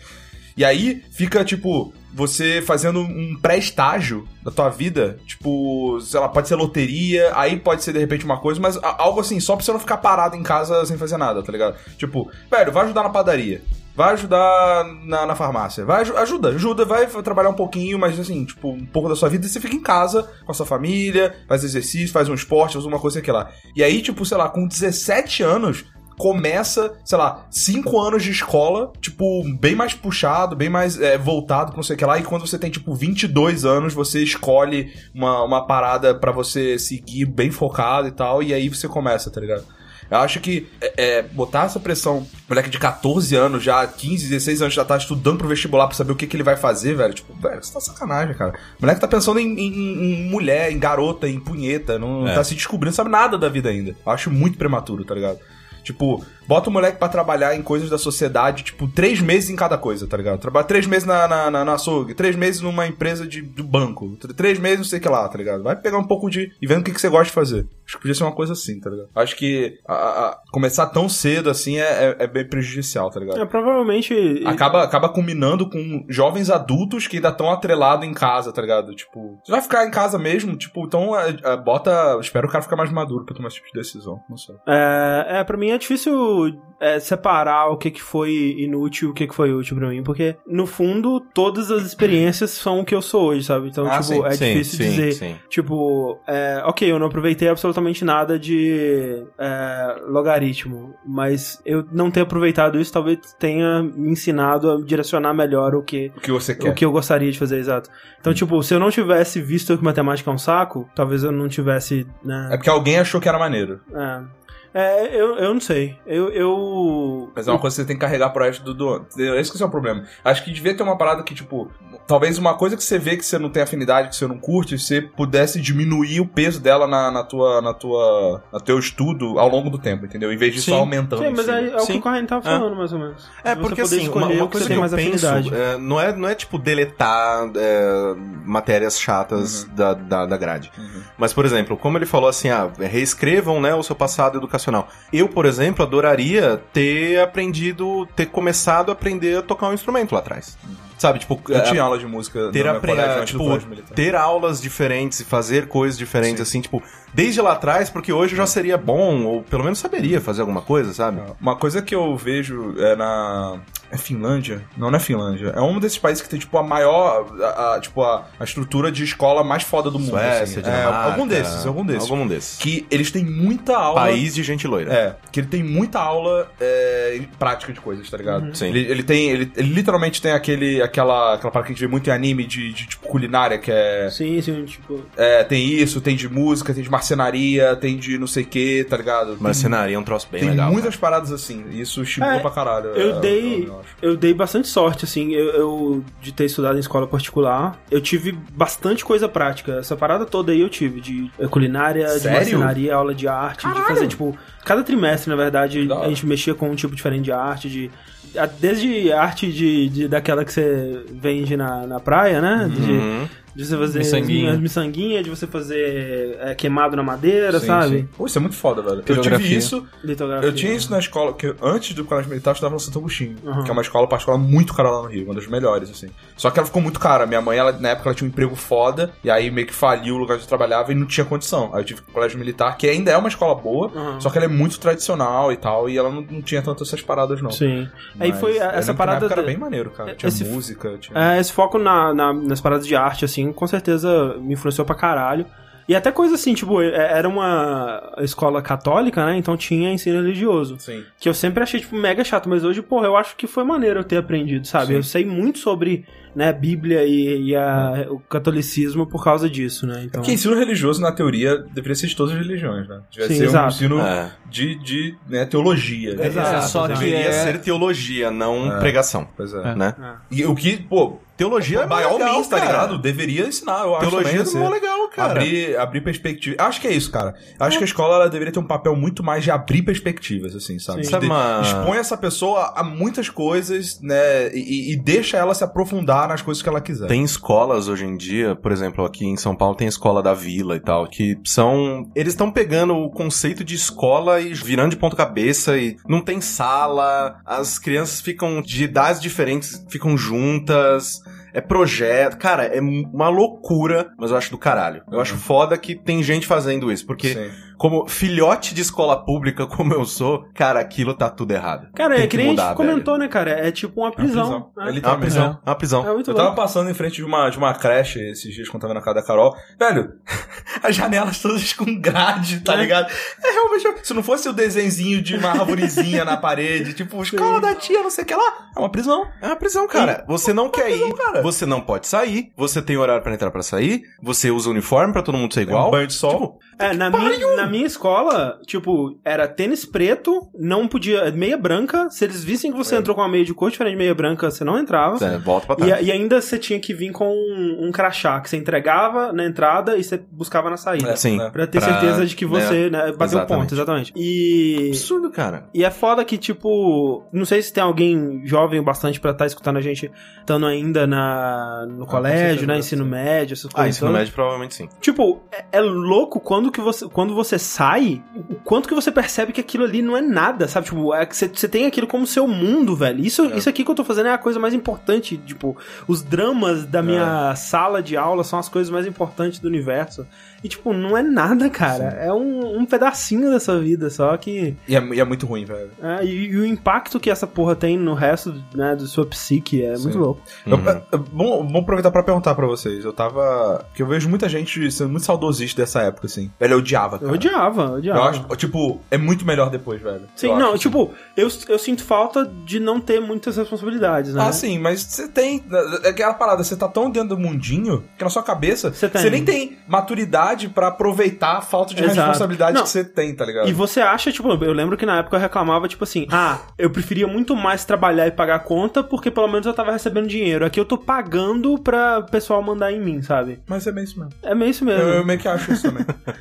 E: E aí fica, tipo, você fazendo um pré-estágio da tua vida, tipo, sei lá, pode ser loteria, aí pode ser de repente uma coisa, mas a- algo assim, só pra você não ficar parado em casa sem fazer nada, tá ligado? Tipo, velho, vai ajudar na padaria. Vai ajudar na, na farmácia. Vai, aju- ajuda, ajuda, vai f- trabalhar um pouquinho, mas assim, tipo, um pouco da sua vida. E você fica em casa com a sua família, faz exercício, faz um esporte, faz uma coisa, sei lá. E aí, tipo, sei lá, com 17 anos, começa, sei lá, cinco anos de escola, tipo, bem mais puxado, bem mais é, voltado pra não sei o que lá, e quando você tem, tipo, 22 anos, você escolhe uma, uma parada pra você seguir bem focado e tal, e aí você começa, tá ligado? Eu acho que é, é, botar essa pressão, moleque de 14 anos já, 15, 16 anos já tá estudando pro vestibular pra saber o que, que ele vai fazer, velho. Tipo, velho, você tá sacanagem, cara. O moleque tá pensando em, em- em mulher, em garota, em punheta, não
A: É.
E: tá se descobrindo, não sabe nada da vida ainda. Eu acho muito prematuro, tá ligado? Tipo, bota o moleque pra trabalhar em coisas da sociedade, tipo, três meses em cada coisa, tá ligado? Trabalha três meses na, na, na, na açougue, três meses numa empresa de, do banco, tr- três meses não sei o que lá, tá ligado? Vai pegar um pouco de. e vendo o que, que você gosta de fazer. Acho que podia ser uma coisa assim, tá ligado? Acho que a- a- a- começar tão cedo assim é, é, é bem prejudicial, tá ligado?
D: É, provavelmente.
E: Acaba, acaba culminando com jovens adultos que ainda estão atrelados em casa, tá ligado? Tipo, você vai ficar em casa mesmo? Tipo, então é, é, bota. Espero o cara ficar mais maduro pra tomar esse tipo de decisão. Não sei.
D: É, é, pra mim é difícil tentando é, separar o que, que foi inútil e o que, que foi útil pra mim, porque no fundo todas as
E: *clears throat*
D: experiências são o que eu sou hoje, sabe? Então,
E: Ah,
D: tipo,
E: sim,
D: é
A: sim,
D: difícil
A: sim,
D: dizer.
A: sim.
D: Tipo, é, ok, eu não aproveitei absolutamente nada de é, logaritmo, mas eu não ter aproveitado isso talvez tenha me ensinado a direcionar melhor o que
E: O que você
D: o
E: quer.
D: que eu gostaria de fazer, exato.
E: Hum.
D: Então, tipo, se eu não tivesse visto que matemática é um saco, talvez eu não tivesse.
E: É
D: Né,
E: porque alguém achou que era maneiro.
D: é, É, eu, eu não sei. Eu. eu...
E: Mas é uma coisa que você tem que carregar pro resto do, do ano. Entendeu? Esse que é o seu problema. Acho que devia ter uma parada que, tipo, talvez uma coisa que você vê que você não tem afinidade, que você não curte, você pudesse diminuir o peso dela na, na tua, na tua, na teu estudo ao longo do tempo, entendeu? Em vez de
A: Sim.
E: só aumentando.
D: Sim,
E: em
D: mas
E: cima.
D: é, é o que
A: Sim.
D: o Corrêa tava
A: É.
D: falando, mais ou menos.
A: É,
D: Você
A: porque
D: poder
A: assim, uma,
D: escolher
A: uma
D: o
A: coisa
D: você
A: que,
D: tem
A: eu
D: mais
A: penso
D: afinidade.
A: é, não, é, não é tipo deletar é, matérias chatas da, da, da grade.
E: Uhum.
A: Mas, por exemplo, como ele falou assim, ah, reescrevam né, o seu passado educacional. Eu, por exemplo, adoraria ter aprendido, ter começado a aprender a tocar um instrumento lá atrás. Sabe, tipo,
E: Eu
A: é,
E: tinha aula de música
A: ter,
E: no meu
A: apre-
E: colégio, antes do
A: tipo,
E: colégio militar.
A: ter aulas diferentes e fazer coisas diferentes, assim, tipo, desde lá atrás, porque hoje eu já seria bom, ou pelo menos saberia fazer alguma coisa, sabe?
E: Uma coisa que eu vejo é na. É Finlândia? Não, não é Finlândia. É um desses países que tem, tipo, a maior. a- a- tipo, a, a estrutura de escola mais foda do mundo. assim.
A: Suécia, Dinamarca,
E: algum desses, algum desses.
A: Algum desses.
E: Que eles têm muita aula.
A: País de gente loira.
E: É, que ele tem muita aula é, em prática de coisas, tá ligado?
A: Uhum. Sim.
E: Ele, ele tem. Ele, ele literalmente tem aquele, aquela, aquela parte que a gente vê muito em anime de, de, tipo, culinária, que é,
D: Sim, sim, tipo.
E: é, Tem isso, tem de música, tem de marcenaria, tem de não sei o que, tá ligado? Tem-
A: Marcenaria é um troço bem
E: tem
A: legal.
E: muitas paradas assim, e isso estimulou
D: É,
E: pra caralho.
D: eu
E: é,
D: dei-
E: eu acho.
D: Eu dei bastante sorte, assim, eu, eu- de ter estudado em escola particular. Eu tive bastante coisa prática. Essa parada toda aí eu tive, de eh, culinária,
E: Sério?
D: de marcenaria, aula de arte, de fazer, tipo, cada trimestre, na verdade,
E: Da hora.
D: a gente mexia com um tipo diferente de arte, de. a- Desde arte de, de- daquela que você vende na, na praia, né? De,
A: Uhum.
D: de você fazer
B: Miçanguinha.
D: as miçanguinha, de você fazer eh, queimado na madeira,
E: Sim,
D: sabe?
E: sim. Pô, isso é muito foda, velho. Eu tive
B: Pirografia.
E: isso,
D: Litografia.
E: eu tinha isso na escola, que eu- antes do colégio militar eu estudava no Santo Agostinho,
D: Uhum.
E: que é uma escola particular muito cara lá no Rio, uma das melhores, assim. Só que ela ficou muito cara. Minha mãe, ela, na época, ela tinha um emprego foda, e aí meio que faliu o lugar onde eu trabalhava e não tinha condição. Aí eu tive que ir pro colégio militar, que ainda é uma escola boa,
D: Uhum.
E: só que ela é muito tradicional e tal, e ela não, não tinha tanto essas paradas, não.
D: Sim. Aí
E: Mas
D: foi a-
E: eu lembro
D: essa
E: que
D: parada
E: Na época era
D: de-
E: bem maneiro, cara. Tinha
D: Esse-
E: música, tinha...
D: É, esse foco na- na- nas paradas de arte, assim, com certeza me influenciou pra caralho. E até coisa assim, tipo, é- era uma escola católica, né? Então tinha ensino religioso.
E: Sim.
D: Que eu sempre achei, tipo, mega chato, mas hoje, porra, eu acho que foi maneiro eu ter aprendido, sabe?
E: Sim.
D: Eu sei muito sobre, né, Bíblia e, e a- o catolicismo por causa disso, né? Então.
E: Uhum. Porque ensino religioso, na teoria, deveria ser de todas as religiões, né? Deveria
D: Sim,
E: ser um
D: exato.
E: ensino
A: É.
E: de, de né, teologia. né?
D: Exato,
B: é só
D: exato.
B: que
A: Deveria
B: é...
A: ser teologia, não
E: É.
A: pregação,
E: Pois é.
B: É.
A: né?
D: Ah.
E: E o que, pô,
A: Teologia é
E: by all
A: legal,
E: means, tá
A: cara.
E: ligado? Deveria ensinar, eu acho
A: Teologia
E: também,
A: é mó
E: assim.
A: legal, cara.
E: Abrir, abrir perspectiva. Acho que é isso, cara. Acho que a escola ela deveria ter um papel muito mais de abrir perspectivas, assim, sabe?
A: Sabe
E: De-
A: uma-
E: Expõe essa pessoa a muitas coisas, né? E, e- e deixa ela se aprofundar nas coisas que ela quiser.
A: Tem escolas hoje em dia, por exemplo, aqui em São Paulo tem a escola da vila e tal, que são. Eles estão pegando o conceito de escola e virando de ponta cabeça e não tem sala, as crianças ficam de idades diferentes, ficam juntas. É projeto, cara, é uma loucura, mas eu acho do caralho. Eu acho foda que tem gente fazendo isso, porque
E: Sim.
A: como filhote de escola pública *laughs* como eu sou, cara, aquilo tá tudo errado.
D: Cara,
A: Tem
D: é que, nem a
A: mudar,
D: gente comentou,
A: velho.
D: né, cara? É tipo uma prisão.
E: prisão. Ele
A: É uma
E: tá
A: prisão, é uma prisão.
D: É muito
E: Eu tava
D: louco.
E: passando em frente de uma, de uma creche esses dias quando tava na casa da Carol. Velho, *laughs* as janelas todas com grade, tá
D: É.
E: ligado? É realmente. Se não fosse o desenzinho de uma arvorezinha na parede, *laughs* tipo, escola da tia, não sei o que lá, é uma prisão.
A: É uma prisão, cara. Você não quer ir,
E: cara.
A: você não pode sair, você tem horário pra entrar pra sair, você usa uniforme pra todo mundo ser
E: É um
A: igual.
E: banho de sol.
D: É, na minha, na minha escola, tipo, era tênis preto, não podia. Meia branca. Se eles vissem que você entrou com uma meia de cor diferente de meia branca, você não entrava.
E: né?
A: É, volta pra
D: E,
A: trás.
D: a- e ainda você tinha que vir com um, um crachá que você entregava na entrada e você buscava na saída.
A: Sim.
E: né?
D: Pra ter
A: É. Pra-
D: certeza de que você né, bateu o
A: Exatamente.
D: ponto, exatamente. E.
A: Absurdo, cara.
D: E é foda que, tipo, não sei se tem alguém jovem o bastante pra estar escutando a gente estando ainda na, no colégio,
E: certeza,
D: né? Ensino médio,
A: Ah,
D: essas
E: então-
D: coisas.
A: ensino
D: todas.
A: médio provavelmente sim.
D: Tipo, é, é louco quando, que você, quando você você sai, o quanto que você percebe que aquilo ali não é nada, sabe? Tipo, é que você, você tem aquilo como seu mundo, velho. Isso, isso aqui que eu tô fazendo é a coisa mais importante. Tipo, os dramas da
E: É.
D: minha sala de aula são as coisas mais importantes do universo. E, tipo, não é nada, cara. É um, um pedacinho dessa vida, só que.
E: E é, e é muito ruim, velho.
D: é, e, e o impacto que essa porra tem no resto né, do sua psique é muito louco.
E: Eu-
A: Uhum.
E: é- é bom, bom aproveitar pra perguntar pra vocês. Eu tava. Porque eu vejo muita gente sendo muito saudosista dessa época, assim. Velho, eu odiava, cara.
D: Eu odiava, eu odiava.
E: Eu acho, tipo, é muito melhor depois, velho.
D: Sim,
E: Eu
D: não,
E: acho.
D: tipo, eu, eu sinto falta de não ter muitas responsabilidades, né?
E: Ah, sim, mas você tem. É aquela parada, você tá tão dentro do mundinho que na sua cabeça
D: Você
E: você,
D: tem.
E: nem tem maturidade pra aproveitar a falta de
D: Exato.
E: responsabilidade
D: Não.
E: que você tem, tá ligado?
D: E você acha, tipo, eu lembro que na época eu reclamava, tipo assim, ah, eu preferia muito mais trabalhar e pagar a conta, porque pelo menos eu tava recebendo dinheiro. Aqui eu tô pagando pra pessoal mandar em mim, sabe?
E: Mas é meio isso mesmo.
D: É meio isso
E: Eu, eu
D: mesmo.
E: meio que acho isso também. Eu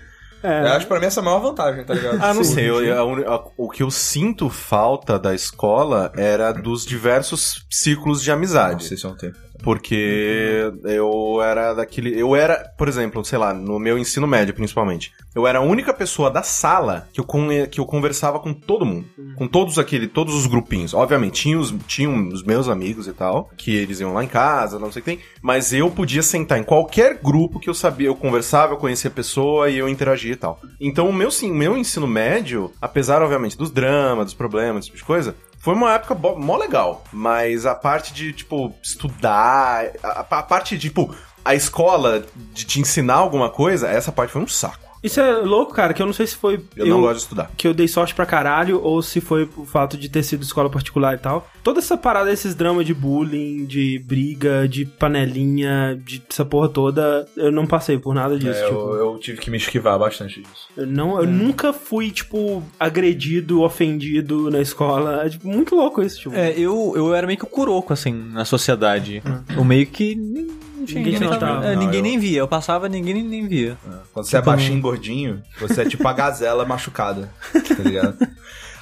D: *laughs* É.
E: acho que pra mim essa é a maior vantagem, tá ligado?
A: Ah, não
E: Sim.
A: sei. eu- eu- a uni- a- o que eu sinto falta da escola era dos diversos círculos de
E: Não
A: amizade.
E: sei se é um tempo.
A: Porque eu era daquele. Eu era, por exemplo, sei lá, no meu ensino médio principalmente. Eu era a única pessoa da sala que eu, con- que eu conversava com todo mundo. Com todos aquele, todos os grupinhos. Obviamente, tinha os, tinha os meus amigos e tal, que eles iam lá em casa, não sei o que tem. Mas eu podia sentar em qualquer grupo que eu sabia, eu conversava, eu conhecia a pessoa e eu interagia e tal. Então, o meu sim, meu ensino médio, apesar, obviamente, dos dramas, dos problemas, esse tipo de coisa, foi uma época bo- mó legal, mas a parte de, tipo, estudar, a, a parte de, tipo, a escola de te ensinar alguma coisa, essa parte foi um saco.
D: Isso é louco, cara, que eu não sei se foi.
A: Eu, não gosto de estudar.
D: que eu dei sorte pra caralho, ou se foi o fato de ter sido escola particular e tal. Toda essa parada, esses dramas de bullying, de briga, de panelinha, de essa porra toda, eu não passei por nada disso.
E: É,
D: tipo.
E: eu, eu tive que me esquivar bastante disso.
D: Eu, não, eu
B: É.
D: nunca fui, tipo, agredido, ofendido na escola. É tipo, muito louco isso, tipo.
B: É, eu, eu era meio que o curoco, assim, na sociedade. Eu meio que. nem- tinha
D: Ninguém
B: nem-
D: notava.
B: É,
E: Não,
B: ninguém
E: Hum. Ah, eu-
B: nem via. Eu passava, ninguém nem, nem via.
E: Quando você é baixinho e gordinho, você é tipo a gazela machucada, tá ligado?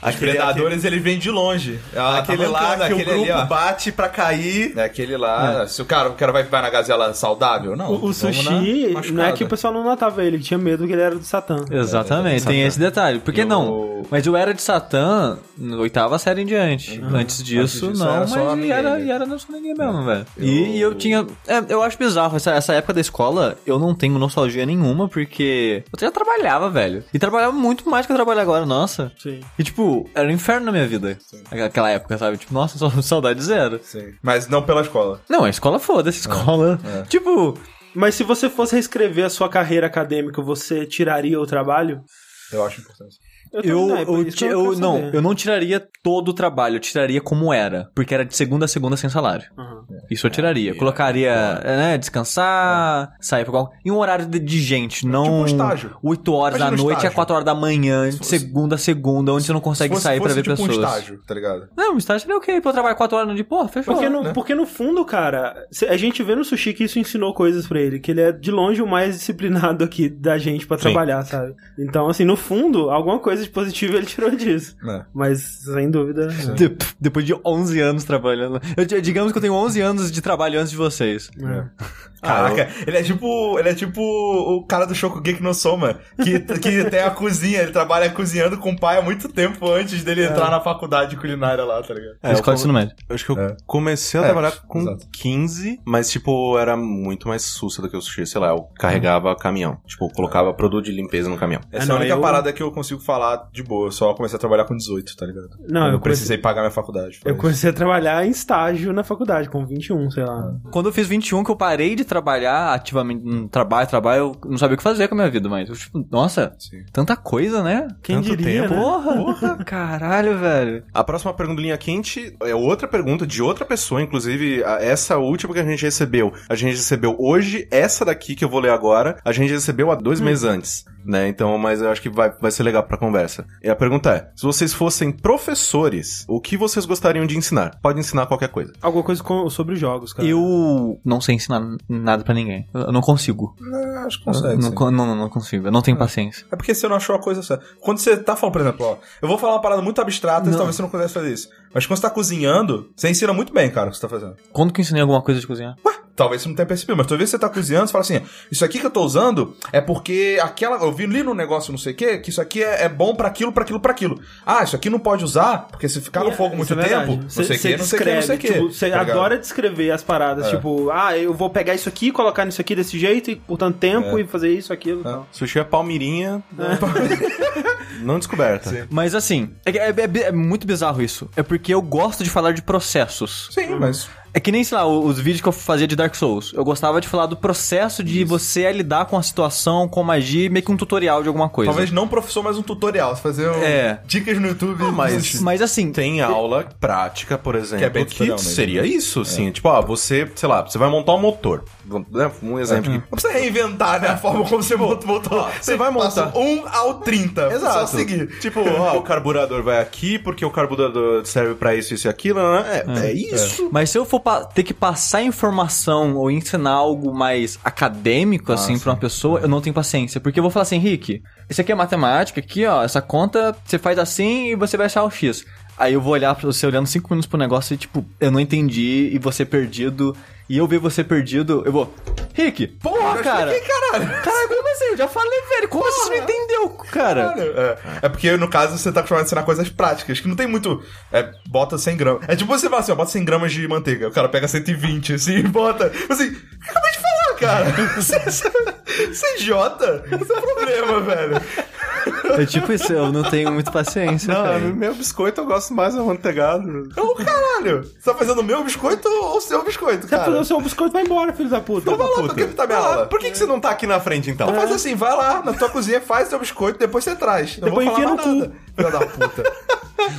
E: Os predadores, eles vêm de longe. Ah, aquele lá,
A: que
E: aquele
A: o
E: ali,
A: grupo
E: ó.
A: bate pra cair.
E: É aquele lá. Se o cara, o cara vai, vai na gazela saudável, não.
D: O, o
E: vamos
D: sushi,
E: na
D: não é
E: machucada.
D: que o pessoal não notava ele, ele tinha medo que ele era do Satã.
B: Exatamente, tem esse detalhe. Por que
E: Eu-
B: não? Mas eu era de Satã na oitava série em diante. Antes disso,
E: Antes disso,
B: não,
E: era só
B: mas
E: ninguém,
B: era,
E: né?
B: e era não só ninguém mesmo, velho. E eu tinha. é, eu acho bizarro, essa, essa época da escola eu não tenho nostalgia nenhuma, porque eu já trabalhava, velho. E trabalhava muito mais que eu trabalho agora, nossa.
D: Sim.
B: E tipo, era um inferno na minha vida. Aquela época, sabe? Tipo, nossa, *laughs* só- saudade zero.
E: Sim. Mas não pela escola.
B: Não, a escola
E: É.
B: foda-se, escola. Tipo,
D: Mas se você fosse reescrever a sua carreira acadêmica, você tiraria o trabalho?
E: Eu acho importante.
B: eu,
D: também
B: eu,
D: é isso que
B: ti- eu-
D: quero
B: não,
D: saber.
B: eu não tiraria todo o trabalho, eu tiraria como era, porque era de segunda a segunda sem salário.
D: Aham.
B: Isso eu tiraria.
E: é.
B: Colocaria, é, né, descansar, sair pra qual... em um horário de, de gente, não
E: Tipo um estágio.
B: 8 horas
E: Imagina
B: da
E: um
B: noite
E: estágio.
B: a 4 horas da manhã, de
E: fosse-
B: segunda a segunda, onde você não consegue
E: Se fosse-
B: sair pra
E: fosse,
B: ver
E: tipo,
B: pessoas.
E: um estágio, tá ligado?
B: Não, um estágio é ok, pô, eu trabalho 4 horas no dia, pô, fechou.
D: Porque
E: né?
D: no, porque no fundo, cara, se- a gente vê no Sushi que isso ensinou coisas pra ele, que ele é de longe o mais disciplinado aqui da gente pra trabalhar, sabe? Então, assim, no fundo, alguma coisa de positivo ele tirou disso.
E: É.
D: Mas, sem dúvida. né?
B: De- depois de 11 anos trabalhando. Eu- digamos que eu tenho 11 anos de trabalho antes de vocês.
E: É.
B: É,
E: Caraca, ele é tipo. Ele é tipo o cara do Shokugeki no Soma, que, que tem a cozinha, ele trabalha cozinhando com o pai há muito tempo antes dele entrar na faculdade de culinária lá, tá ligado?
A: É, eu,
B: Escola de
A: come-
B: ensino médio.
A: eu acho que eu
E: É.
A: comecei a
E: É,
A: trabalhar com
E: exato.
A: 15, mas, tipo, era muito mais sussa do que o sushi. Sei lá, eu carregava caminhão. Tipo, eu colocava produto de limpeza no caminhão.
D: Ah,
E: Essa é
D: não,
E: a única
D: eu-
E: parada que eu consigo falar de boa. Eu só comecei a trabalhar com 18, tá ligado?
D: Não,
E: eu
D: eu comecei,
E: precisei pagar minha faculdade. foi
D: eu
E: isso.
D: comecei a trabalhar em estágio na faculdade, com 21, sei lá.
B: Quando eu fiz 21, que eu parei de trabalhar ativamente, no trabalho, trabalho, eu não sabia o que fazer com a minha vida, mas eu, tipo, nossa,
E: Sim.
B: tanta coisa, né?
D: Quem
A: Tanto
D: diria,
A: tempo.
D: né?
B: Porra! *laughs* Caralho, velho.
A: A próxima pergunta linha quente é outra pergunta de outra pessoa, inclusive a- essa última que a gente recebeu. A gente recebeu hoje, essa daqui que eu vou ler agora, a gente recebeu há
E: Hum.
A: dois meses antes, né? Então, mas eu acho que vai, vai ser legal pra conversa. E a pergunta é: se vocês fossem professores, o que vocês gostariam de ensinar? Pode ensinar qualquer coisa.
D: Alguma coisa com- sobre jogos, cara.
B: Eu não sei ensinar nada pra ninguém. Eu não consigo.
E: É, acho que
B: Eu
D: Ah,
E: consegue.
B: não,
E: sim.
B: con- não, não, não consigo. Eu não tenho paciência.
E: É porque você não achou a coisa certa. Quando você tá falando, por exemplo, ó, eu vou falar uma parada muito abstrata,
B: Não.
E: talvez você não consiga fazer isso. Mas quando você tá cozinhando, você ensina muito bem, cara, o que você tá fazendo.
B: Quando que eu ensinei alguma coisa de cozinhar?
E: Talvez você não tenha percebido, mas talvez você tá cozinhando e fala assim: Isso aqui que eu tô usando é porque aquela. Eu vi ali no negócio não sei o quê, que isso aqui é, é bom pra aquilo, pra aquilo, pra aquilo. Ah, isso aqui não pode usar, porque se ficar no
D: É,
E: fogo
D: isso
E: muito
D: é verdade.
E: tempo, não
D: Cê-
E: sei o
D: cê
E: quê, não sei o quê, não sei o quê.
D: descreve, tipo, Você
E: tá ligado?
D: adora descrever as paradas,
E: É.
D: tipo, ah, eu vou pegar isso aqui, colocar nisso aqui desse jeito, e por tanto
E: É.
D: tempo, e fazer isso, aquilo e tal.
A: Sushi é palmirinha né?
E: É.
A: *laughs* não descoberta.
B: Mas assim, é, que- é- é- é muito bizarro isso. É porque eu gosto de falar de processos.
E: Sim,
D: Hum.
E: mas.
B: É que nem, sei lá, os vídeos que eu fazia de Dark Souls. Eu gostava de falar do processo de você lidar com a situação, como agir, meio que um tutorial de alguma coisa.
E: Talvez não professor, mas um tutorial. Você fazer um-
B: É.
E: dicas no YouTube.
A: mas-
B: Mas assim,
A: Tem aula prática, por exemplo,
E: Que
A: que,
E: é bem tutorial mesmo.
A: seria isso, assim. Tipo, ah, você, sei lá, você vai montar um motor. né? Um exemplo aqui.
E: Não precisa reinventar, né? A forma como você monta o motor. Você
A: vai montar.
E: Passa 1 ao 30. Só seguir.
A: Tipo, ó, o carburador vai aqui porque o carburador serve pra isso, isso e aquilo. né? É, é isso.
B: Mas se eu for pa- ter que passar informação ou ensinar algo mais acadêmico, assim, pra uma pessoa, eu não tenho paciência. Porque eu vou falar assim, Henrique, isso aqui é matemática, aqui, ó, essa conta você faz assim e você vai achar o X. Aí eu vou olhar pra você olhando cinco minutos pro negócio e, tipo, eu não entendi, e você perdido, e eu ver você perdido, eu vou. Rick, É. porra, cara!
E: caralho.
B: Caralho, como assim? Eu já falei, velho, como assim? você não entendeu, cara?
E: É, é porque, no caso, você tá acostumado a ensinar coisas práticas, que não tem muito. É, bota 100 gramas. É tipo você fala assim, ó, bota 100 gramas de manteiga. O cara pega 120, assim, e bota. Assim, acabei de falar, cara. *laughs* Você- Você você é idiota? Esse é o problema, velho.
B: É tipo isso, eu não tenho muita paciência.
E: É
B: cara.
A: meu biscoito eu gosto mais amanteigado.
E: Ô, caralho. Você tá fazendo o meu biscoito ou o seu biscoito,
D: Você tá vai fazer
E: cara?
D: o seu biscoito vai embora, filho da puta.
E: Então vai lá, pra que tá minha aula?
A: Por que, que você não tá aqui na frente, então?
E: Faz
D: né?
E: assim, vai lá na tua cozinha, faz teu biscoito, depois você traz. Não
D: Depois
E: vou falar
D: enfia no
E: mais nada, Filha da puta.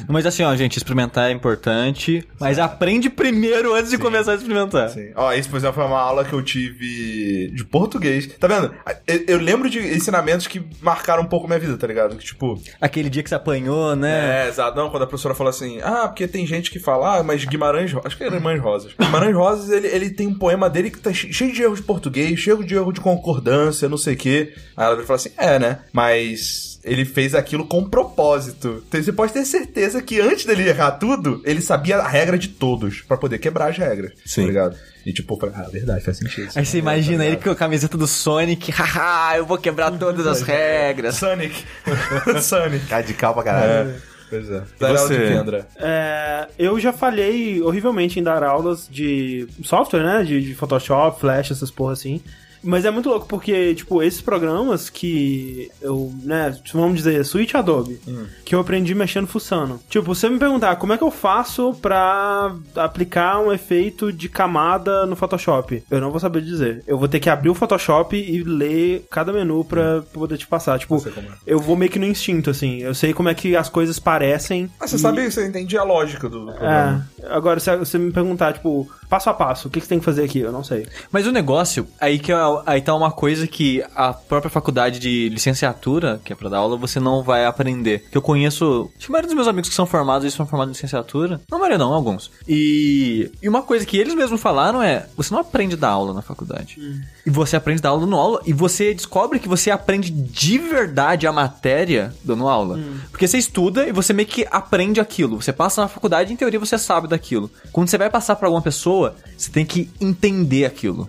B: Mas assim, ó, gente, experimentar é importante, mas aprende primeiro antes de começar a experimentar.
E: Sim. Assim, Ó, isso, por exemplo, foi uma aula que eu tive de português. Tá vendo? Eu, eu lembro de ensinamentos que marcaram um pouco minha vida, tá ligado? Que tipo.
B: Aquele dia que você apanhou, né?
E: É, exato. Não, quando a professora falou assim, ah, porque tem gente que fala, ah, mas Guimarães Ro- Acho que era Guimarães Rosas. Guimarães Rosas, ele, ele tem um poema dele que tá che- cheio de erros de português, cheio de erro de concordância, não sei o quê. Aí ela falou assim, é, né? Mas ele fez aquilo com propósito. Então você pode ter certeza que antes dele errar tudo, ele sabia a regra de todos, pra poder quebrar as regras.
A: Sim.
E: Tá ligado? E tipo, eu falei, ah, verdade, faz sentido.
B: Aí você imagina ele com a camiseta do Sonic, *laughs* haha, eu vou quebrar todas as regras.
E: *laughs* Sonic. *laughs* Sonic.
A: Radical pra caralho.
E: Pois é.
A: você?
D: É, eu já falhei horrivelmente em dar aulas de software, né? De, de Photoshop, Flash, essas porra assim. Mas é muito louco porque, tipo, esses programas que eu, né, vamos dizer, Switch e Adobe,
E: Hum.
D: que eu aprendi mexendo fuçando. Tipo, você me perguntar como é que eu faço pra aplicar um efeito de camada no Photoshop, eu não vou saber dizer. Eu vou ter que abrir o Photoshop e ler cada menu pra poder te passar. Tipo,
E: é?
D: eu vou meio que no instinto, assim. Eu sei como é que as coisas parecem.
E: Ah, você sabe, você entende a lógica do, do problema.
D: É, agora se você me perguntar, tipo, passo a passo, o que, que tem que fazer aqui? Eu não sei.
B: Mas o negócio, aí que é- aí tá uma coisa que a própria faculdade de licenciatura, que é pra dar aula, você não vai aprender. Que eu conheço, acho que a maioria dos meus amigos que são formados, eles são formados em licenciatura. Não a maioria não, alguns. E, e uma coisa que eles mesmos falaram é, você não aprende da aula na faculdade. E você aprende da aula dando aula, e você descobre que você aprende de verdade a matéria dando aula.
D: Hum.
B: Porque você estuda e você meio que aprende aquilo. Você passa na faculdade, em teoria você sabe daquilo. Quando você vai passar pra alguma pessoa, você tem que entender aquilo.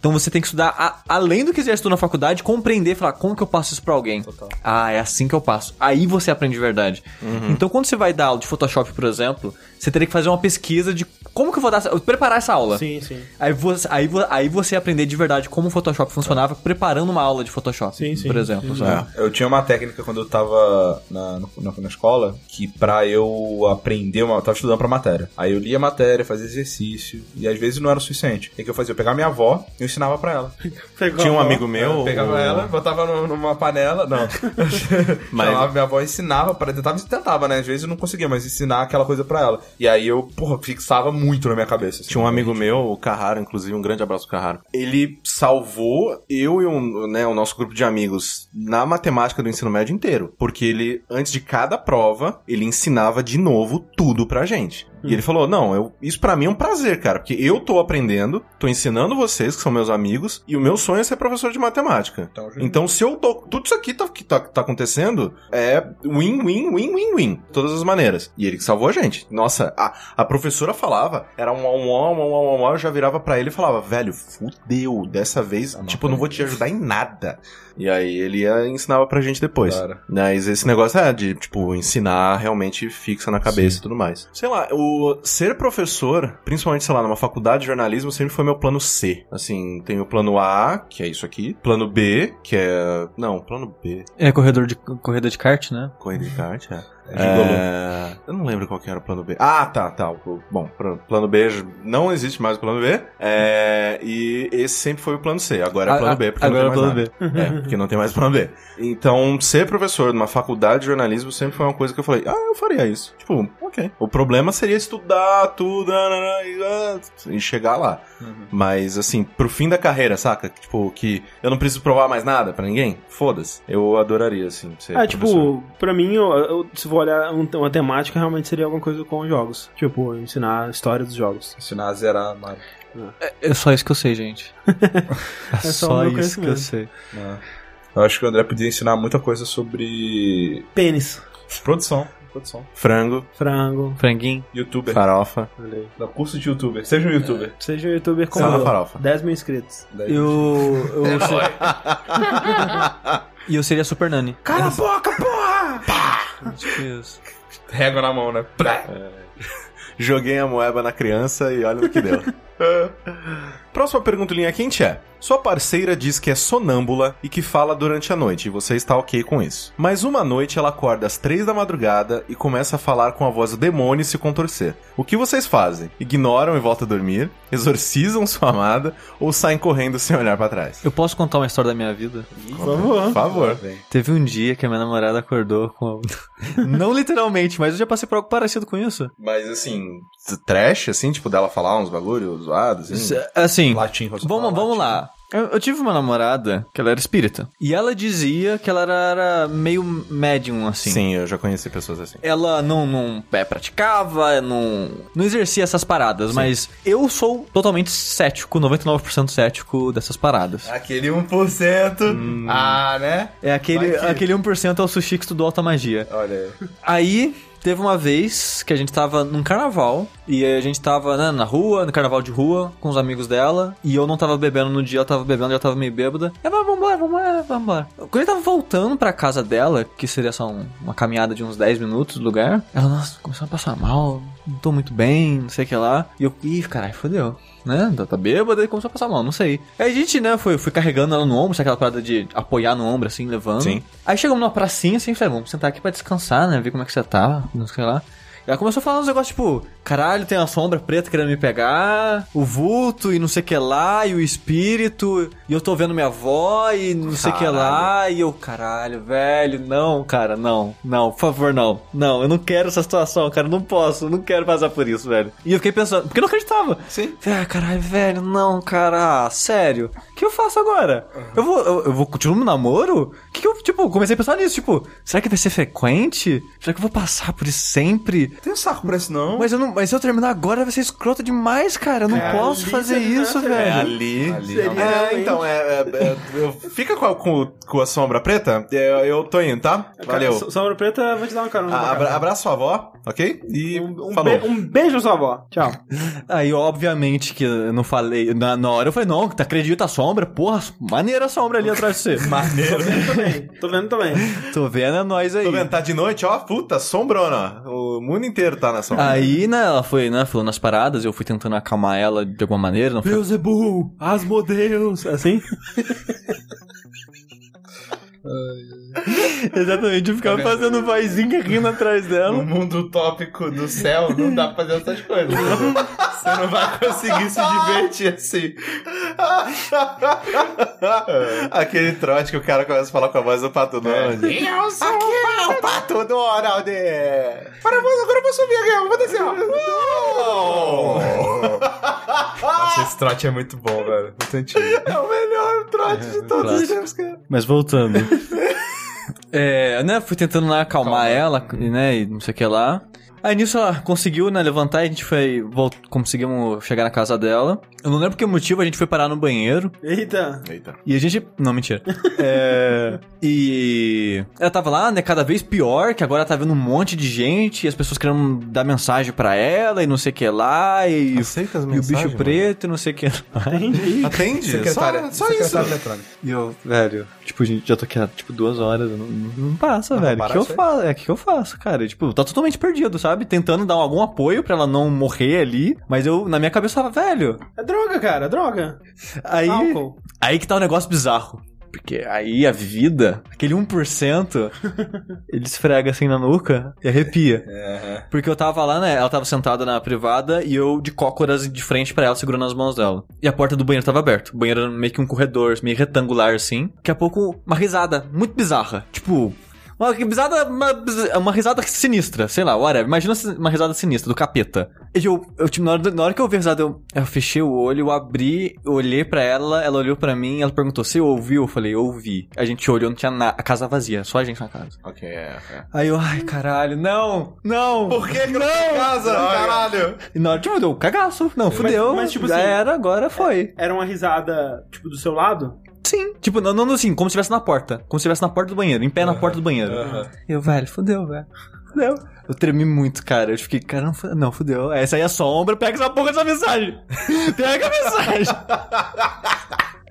B: Então você tem que estudar, a- além do que você já estudou na faculdade, compreender, falar como que eu passo isso pra alguém. Ah, é assim que eu passo. Aí você aprende de verdade.
D: Uhum.
B: Então quando você vai dar aula de Photoshop, por exemplo, você teria que fazer uma pesquisa de como que eu vou dar, essa- preparar essa aula.
D: Sim, sim.
B: Aí você, aí, vo- aí você ia aprender de verdade como o Photoshop funcionava preparando uma aula de Photoshop,
D: Sim, sim.
B: por exemplo. sabe?
E: É. Eu tinha uma técnica quando eu tava na, no- na, na escola que pra eu aprender, uma, eu tava estudando pra matéria. Aí eu lia a matéria, fazia exercício, e às vezes não era o suficiente. O que que eu fazia? Eu pegava minha avó e eu ensinava pra ela.
A: Tinha um amigo meu.
E: Eu pegava
A: o-
E: ela, botava no- numa panela. Não.
A: *laughs* Mas-
E: Chamava minha avó e ensinava pra tentava, tentava, né? Às vezes eu não conseguia, mas ensinar aquela coisa pra ela. E aí eu, porra, fixava muito na minha cabeça. assim.
A: Tinha um amigo meu, o Carraro, inclusive, um grande abraço pro Carraro. Ele salvou eu e um, né, o nosso grupo de amigos na matemática do ensino médio inteiro. Porque ele, antes de cada prova, ele ensinava de novo tudo pra gente. E ele falou: Não, eu, isso pra mim é um prazer, cara, porque eu tô aprendendo, tô ensinando vocês, que são meus amigos, e o meu sonho é ser professor de matemática.
E: Então, gente.
A: Então, se eu tô. Tudo isso aqui tá, que tá, tá acontecendo é win, win, win, win, win. de Todas as maneiras. E ele que salvou a gente. Nossa, a, a professora falava, era um um um um um um, eu já virava pra ele e falava, velho, fudeu, dessa vez,
E: Anota
A: tipo, eu não vou te ajudar em nada. E aí ele ia, ensinava pra gente depois.
E: Cara.
A: Mas esse negócio é de, tipo, ensinar realmente fixa na cabeça e tudo mais. Sei lá, o ser professor, principalmente, sei lá, numa faculdade de jornalismo, sempre foi meu plano C. Assim, tem o plano A, que é isso aqui, plano B, que é. Não, plano B.
B: É corredor de, corrida de kart, né?
A: Corrida de kart, é.
E: É, gigolô.
A: É, Eu não lembro qual que era o plano B. Ah, tá, tá. O- Bom, pr- plano B j- não existe mais o plano B. É, e esse sempre foi o plano C. Agora é
B: A-
A: plano
B: a-
A: B, porque
B: agora
A: não tem
B: é
A: mais
B: plano
A: nada. É,
B: *laughs*
A: porque não tem mais plano B. Então, ser professor numa faculdade de jornalismo sempre foi uma coisa que eu falei, ah, eu faria isso. Tipo, ok. O problema seria estudar tudo nananã, e, ah, e chegar lá.
B: Uhum.
A: Mas, assim, pro fim da carreira, saca? Tipo, que eu não preciso provar mais nada pra ninguém? Foda-se. Eu adoraria, assim, ser
D: É,
A: professor.
D: tipo, pra mim, eu- eu- se for olhar um- uma temática, realmente seria alguma coisa com jogos. Tipo, ensinar a história dos jogos.
E: Ensinar a zerar, mano.
B: É só isso que eu sei, gente. *laughs* é
D: só o
B: só
D: meu
B: isso que eu
D: conhecimento.
B: sei.
E: né? Eu acho que o André podia ensinar muita coisa sobre
D: Pênis,
E: produção. Produção.
A: Frango,
D: frango,
B: Franguinho.
E: Youtuber.
A: farofa.
D: olha aí.
E: Dá curso de youtuber. Seja um youtuber.
D: Seja um youtuber como
A: Sala
D: eu.
A: farofa.
D: 10 mil inscritos.
E: É, Daí-
B: Eu.
E: É,
B: Eu ser- *laughs* E eu seria Super Nani.
E: Cala a boca, porra!
B: Tipo isso.
E: *laughs* Régua na mão, né? Plá.
A: Joguei a moeba na criança e olha o que *laughs* deu. Próxima pergunta linha quente é: Sua parceira diz que é sonâmbula e que fala durante a noite, e você está ok com isso. Mas uma noite ela acorda às três da madrugada e começa a falar com a voz do demônio e se contorcer. O que vocês fazem? Ignoram e voltam a dormir? Exorcizam sua amada ou saem correndo sem olhar pra trás?
B: Eu posso contar uma história da minha vida?
A: Por favor. Por favor.
B: Teve um dia que a minha namorada acordou com. *laughs* Não literalmente, mas eu já passei por algo parecido com isso.
A: Mas assim, trash, assim, tipo, dela falar uns bagulhos zoados, assim.
B: Se- Assim.
E: Latim, você
B: Vamos,
E: fala
B: vamos
E: latim.
B: lá. Eu, eu tive uma namorada que ela era espírita. E ela dizia que ela era, era meio médium, assim.
A: Sim, eu já conheci pessoas assim.
B: Ela não, não é, praticava, não, não exercia essas paradas, mas eu sou totalmente cético, 99% cético dessas paradas.
E: Aquele 1%. Ah, né?
B: É aquele,
E: Vai que-
B: aquele 1% é o sushi que estudou alta magia.
E: Olha aí.
B: Aí teve uma vez que a gente tava num carnaval e a gente tava né, na rua, no carnaval de rua, com os amigos dela, e eu não tava bebendo no dia, ela tava bebendo, ela tava meio bêbada. Ela falou, vambora, vambora, vambora. Quando eu tava voltando pra casa dela, que seria só um- uma caminhada de uns 10 minutos do lugar, ela, nossa, começou a passar mal, não tô muito bem, não sei o que lá. E eu, ih, caralho, fodeu. Né? Tá, tá bêbada e começou a passar mal, não sei. Aí a gente, né, foi, fui carregando ela no ombro, sabe aquela parada de apoiar no ombro, assim, levando.
A: Sim.
B: Aí chegamos numa pracinha assim, falei, vamos sentar aqui pra descansar, né? Ver como é que você tá, não sei lá. E ela começou a falar uns negócios tipo, caralho, tem uma sombra preta querendo me pegar, o vulto e não sei o que lá, e o espírito, e eu tô vendo minha avó e não sei o que lá, e eu, caralho, velho, não, cara, não, não, por favor, não, não, eu não quero essa situação, cara, eu não posso, eu não quero passar por isso, velho. E eu fiquei pensando, porque eu não acreditava.
E: Sim.
B: Ah, caralho, velho, não, cara, ah, sério. O que eu faço agora? Eu vou, eu, eu vou continuar meu namoro? O que, que eu, tipo, comecei a pensar nisso, tipo, será que vai ser frequente? Será que eu vou passar por isso sempre?
E: Tem saco pra isso, não.
B: Mas, eu não, mas se eu terminar agora vai ser escroto demais, cara. Eu não
D: Cara,
B: posso
D: ali
B: fazer
D: seria-
B: isso,
D: é,
B: velho.
A: Ali.
E: Ali,
A: É,
E: realmente.
A: então, é, é, é, eu- fica com a, com, com a sombra preta. Eu, eu tô indo, tá? Valeu.
D: So- Sombra Preta, vou te dar uma carona.
A: A-
D: pra
A: abra-
D: casa.
A: abraço sua avó, ok? E
D: um,
A: falou.
D: be- um beijo, sua avó. Tchau.
B: Aí, obviamente, que eu não falei. Na, na hora eu falei, não, tá acredita a sombra? Porra, maneira a sombra ali atrás de você.
E: Maneiro.
D: Tô vendo, Tô vendo também.
B: Tô vendo é nós aí.
A: Tô vendo, tá de noite, ó, puta, sombrona. O mundo inteiro tá na sombra.
B: Aí, né, ela foi, né, falou nas paradas, eu fui tentando acalmar ela de alguma maneira, não foi
D: Beuzebu, Asmodeus, assim?
B: *laughs* Exatamente, eu ficava fazendo vozinha rindo atrás
E: No
B: dela.
E: mundo utópico do céu, não dá pra fazer essas coisas. Você não vai conseguir se divertir assim.
A: Aquele trote que o cara começa a falar com a voz do Pato Donald.
E: Eu sou
A: o Pato Donald!
E: Para, vamos, agora eu vou subir aqui, eu vou descer. ó. Oh. *laughs*
A: Oh!
E: Nossa, esse trote é muito bom, velho. Muito antigo.
A: É o melhor trote de todos os tempos, cara.
B: Mas *laughs* voltando. é, né, fui tentando lá acalmar ela, né, e não né, sei o que lá. Aí nisso ela conseguiu, né, levantar e a gente foi. Volt... Conseguimos chegar na casa dela. Eu não lembro por que motivo, a gente foi parar no banheiro.
D: Eita.
A: Eita.
B: E a gente. Não, mentira. *laughs* É. E. Ela tava lá, né? Cada vez pior, que agora tá vendo um monte de gente, e as pessoas querendo dar mensagem pra ela, e não sei o que lá, e.
A: Aceita as
B: e o bicho
A: mensagens,
B: preto, e não sei o que lá.
D: Entendi.
A: Atende?
E: Secretária,
A: só, só isso.
E: secretária eletrônica.
B: E eu, velho, tipo, a gente já tô aqui há, tipo, duas horas, eu não, não passa,
E: Não,
B: velho. O
E: parar
B: que eu
E: isso aí.
B: faço? É, o que eu faço, cara? E, Tipo, tá totalmente perdido, sabe? Tentando dar algum apoio pra ela não morrer ali, mas eu, na minha cabeça, eu tava, velho,
D: É droga, cara, é droga.
B: aí...
D: Álcool.
B: Aí que tá um negócio bizarro. Porque aí a vida, aquele *laughs* 1%, ele esfrega assim na nuca e arrepia.
E: É.
B: Porque eu tava lá, né? Ela tava sentada na privada e eu de cócoras de frente pra ela, segurando as mãos dela. E a porta do banheiro tava aberta. O banheiro era meio que um corredor, meio retangular assim. Daqui a pouco, uma risada muito bizarra. Tipo. Uma risada, uma, biz- uma risada sinistra, sei lá, whatever. Imagina si- uma risada sinistra, do capeta. E eu, eu tipo, na hora, na hora que eu ouvi a risada, eu, eu fechei o olho, eu abri, eu olhei pra ela, ela olhou pra mim, ela perguntou se eu ouvi, eu falei, eu ouvi. A gente olhou, não tinha nada, a casa vazia, só a gente na casa.
A: Ok, é. é.
B: Aí eu, ai, caralho, não, não.
E: Por que que não tem casa, caralho?
B: E na hora, tipo, deu cagaço. Não, fudeu.
D: mas, tipo
B: já
D: assim,
B: era, agora foi.
D: Era uma risada, tipo, do seu lado?
B: Sim. Tipo, não, não, assim, como se estivesse na porta. Como se estivesse na porta do banheiro, em pé na porta do banheiro.
E: Aham.
B: Eu, velho, fudeu, velho. Fudeu. Eu tremi muito, cara. Eu fiquei, cara, não, fu- não fudeu. Essa aí é sombra, pega essa porra dessa mensagem. *laughs* Pega a mensagem. *laughs*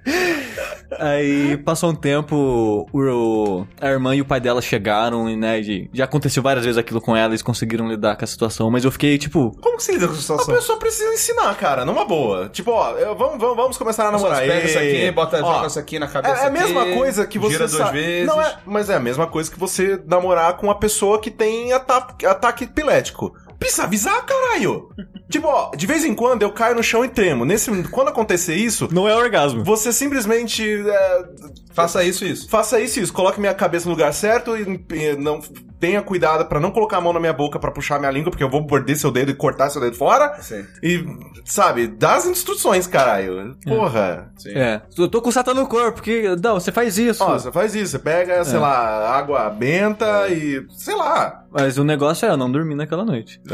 B: Aí passou um tempo, o, a irmã e o pai dela chegaram, e né? de- já aconteceu várias vezes aquilo com ela, eles conseguiram lidar com a situação, mas eu fiquei tipo.
E: Como que você lida com essa
A: A
E: situação?
A: pessoa precisa ensinar, cara, numa boa. Tipo, ó, eu- vamos, vamos, vamos começar
E: Tá
A: a namorar.
E: Pega isso
A: Ei.
E: aqui, bota,
A: Ó,
E: joga isso aqui na
A: É,
E: cabeça.
A: é a mesma
E: aqui,
A: coisa que você
E: Gira duas
A: sa-
E: vezes.
A: Não é, mas é a mesma coisa que você namorar com uma pessoa que tem ata- ataque epilético. Precisa avisar, caralho. *laughs* tipo, ó, de vez em quando eu caio no chão e tremo. Nesse, quando acontecer isso,
B: Não é orgasmo.
A: você simplesmente é,
E: Faça isso e isso.
A: faça isso e isso, coloque minha cabeça no lugar certo e, e não tenha cuidado pra não colocar a mão na minha boca pra puxar minha língua, porque eu vou morder seu dedo e cortar seu dedo fora.
E: Sim.
A: E, sabe, dá as instruções, caralho. Porra.
E: Sim.
B: É. Eu tô com o satã no corpo, porque. Não, você faz isso.
A: Ó, você faz isso, você pega, sei lá, água benta e. sei *laughs* lá.
B: Mas o negócio é eu não dormir naquela noite.
A: E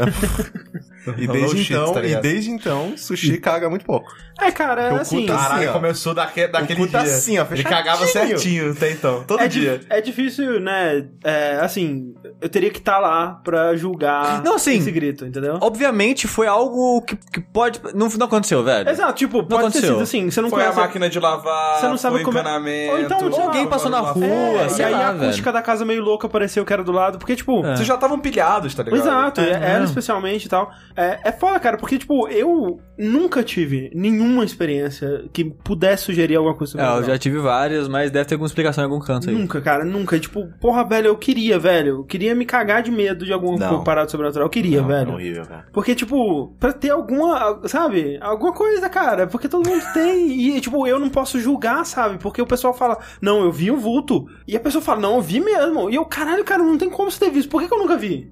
E: Não,
A: desde
E: no shit,
A: então,
E: tá
A: e
E: ligado?
A: desde então, sushi caga muito pouco.
D: É, cara, é
A: Porque o
D: assim.
A: cu tá
E: Caralho,
A: ó.
E: começou daque, daquele
A: cu
E: dia.
A: tá assim, ó,
E: Ele cagava
A: fechadinho.
E: certinho até então, todo
D: é, di-
E: dia.
D: é difícil, né? É, assim, eu teria que estar lá pra julgar
B: Não, assim,
D: esse grito, entendeu?
B: Obviamente foi algo que, que pode. Não, não aconteceu, velho.
D: Exato, tipo, pode ter
B: aconteceu.
D: sido assim, você não
E: Foi a
D: conhece...
E: máquina de lavar,
D: Você não sabe
E: foi o
D: como é-
E: encanamento.
D: Ou então,
E: foi
D: alguém
B: passou na
E: uma-
B: rua,
D: É,
B: sei
E: assim.
D: e aí
B: lá,
D: a acústica da casa meio louca pareceu que era do lado, porque, tipo,
B: É.
E: Vocês já estavam pilhados, tá ligado?
D: Exato,
B: É,
D: é- era
B: é.
D: especialmente e tal. É, é foda, cara, porque, tipo, eu nunca tive nenhuma experiência que pudesse sugerir alguma coisa
B: É,
D: sobre
B: eu
D: isso.
B: já tive várias, mas deve ter alguma explicação em algum canto aí.
D: Nunca, cara, nunca. Tipo, porra, velho, eu queria, velho. Eu queria me cagar de medo de alguma
A: Não.
D: parada sobrenatural. Eu queria,
A: Não,
D: velho.
A: É horrível, cara.
D: Porque, tipo, pra ter alguma, sabe? Alguma coisa, cara. Porque todo mundo tem. E, tipo, eu não posso julgar, sabe? Porque o pessoal fala, não, eu vi o vulto. E a pessoa fala, não, eu vi mesmo. E eu, caralho, cara, não tem como você ter visto. Por que, que eu nunca vi?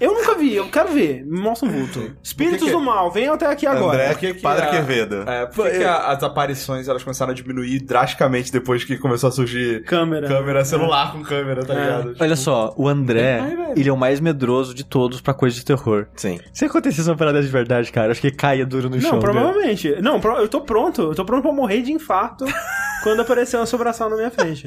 D: Eu nunca vi, eu quero ver. Me mostra um vulto. Espíritos
E: Por que que-
D: do mal, venham até aqui agora.
A: André,
E: Por que que
A: Padre
E: a-
A: Quevedo.
E: É, por que que a- as aparições elas começaram a diminuir drasticamente depois que começou a surgir
D: Câmera.
E: câmera, celular com câmera, tá
D: É.
E: ligado?
B: Olha só, o André,
E: Ai, velho.
B: ele é o mais medroso de todos pra coisa de terror.
A: Sim.
B: Se acontecesse uma parada de verdade, cara, acho que caia duro no chão.
D: Não,
B: né?
D: provavelmente. Não, pro- eu tô pronto. Eu tô pronto pra morrer de infarto quando aparecer uma sobração na minha frente.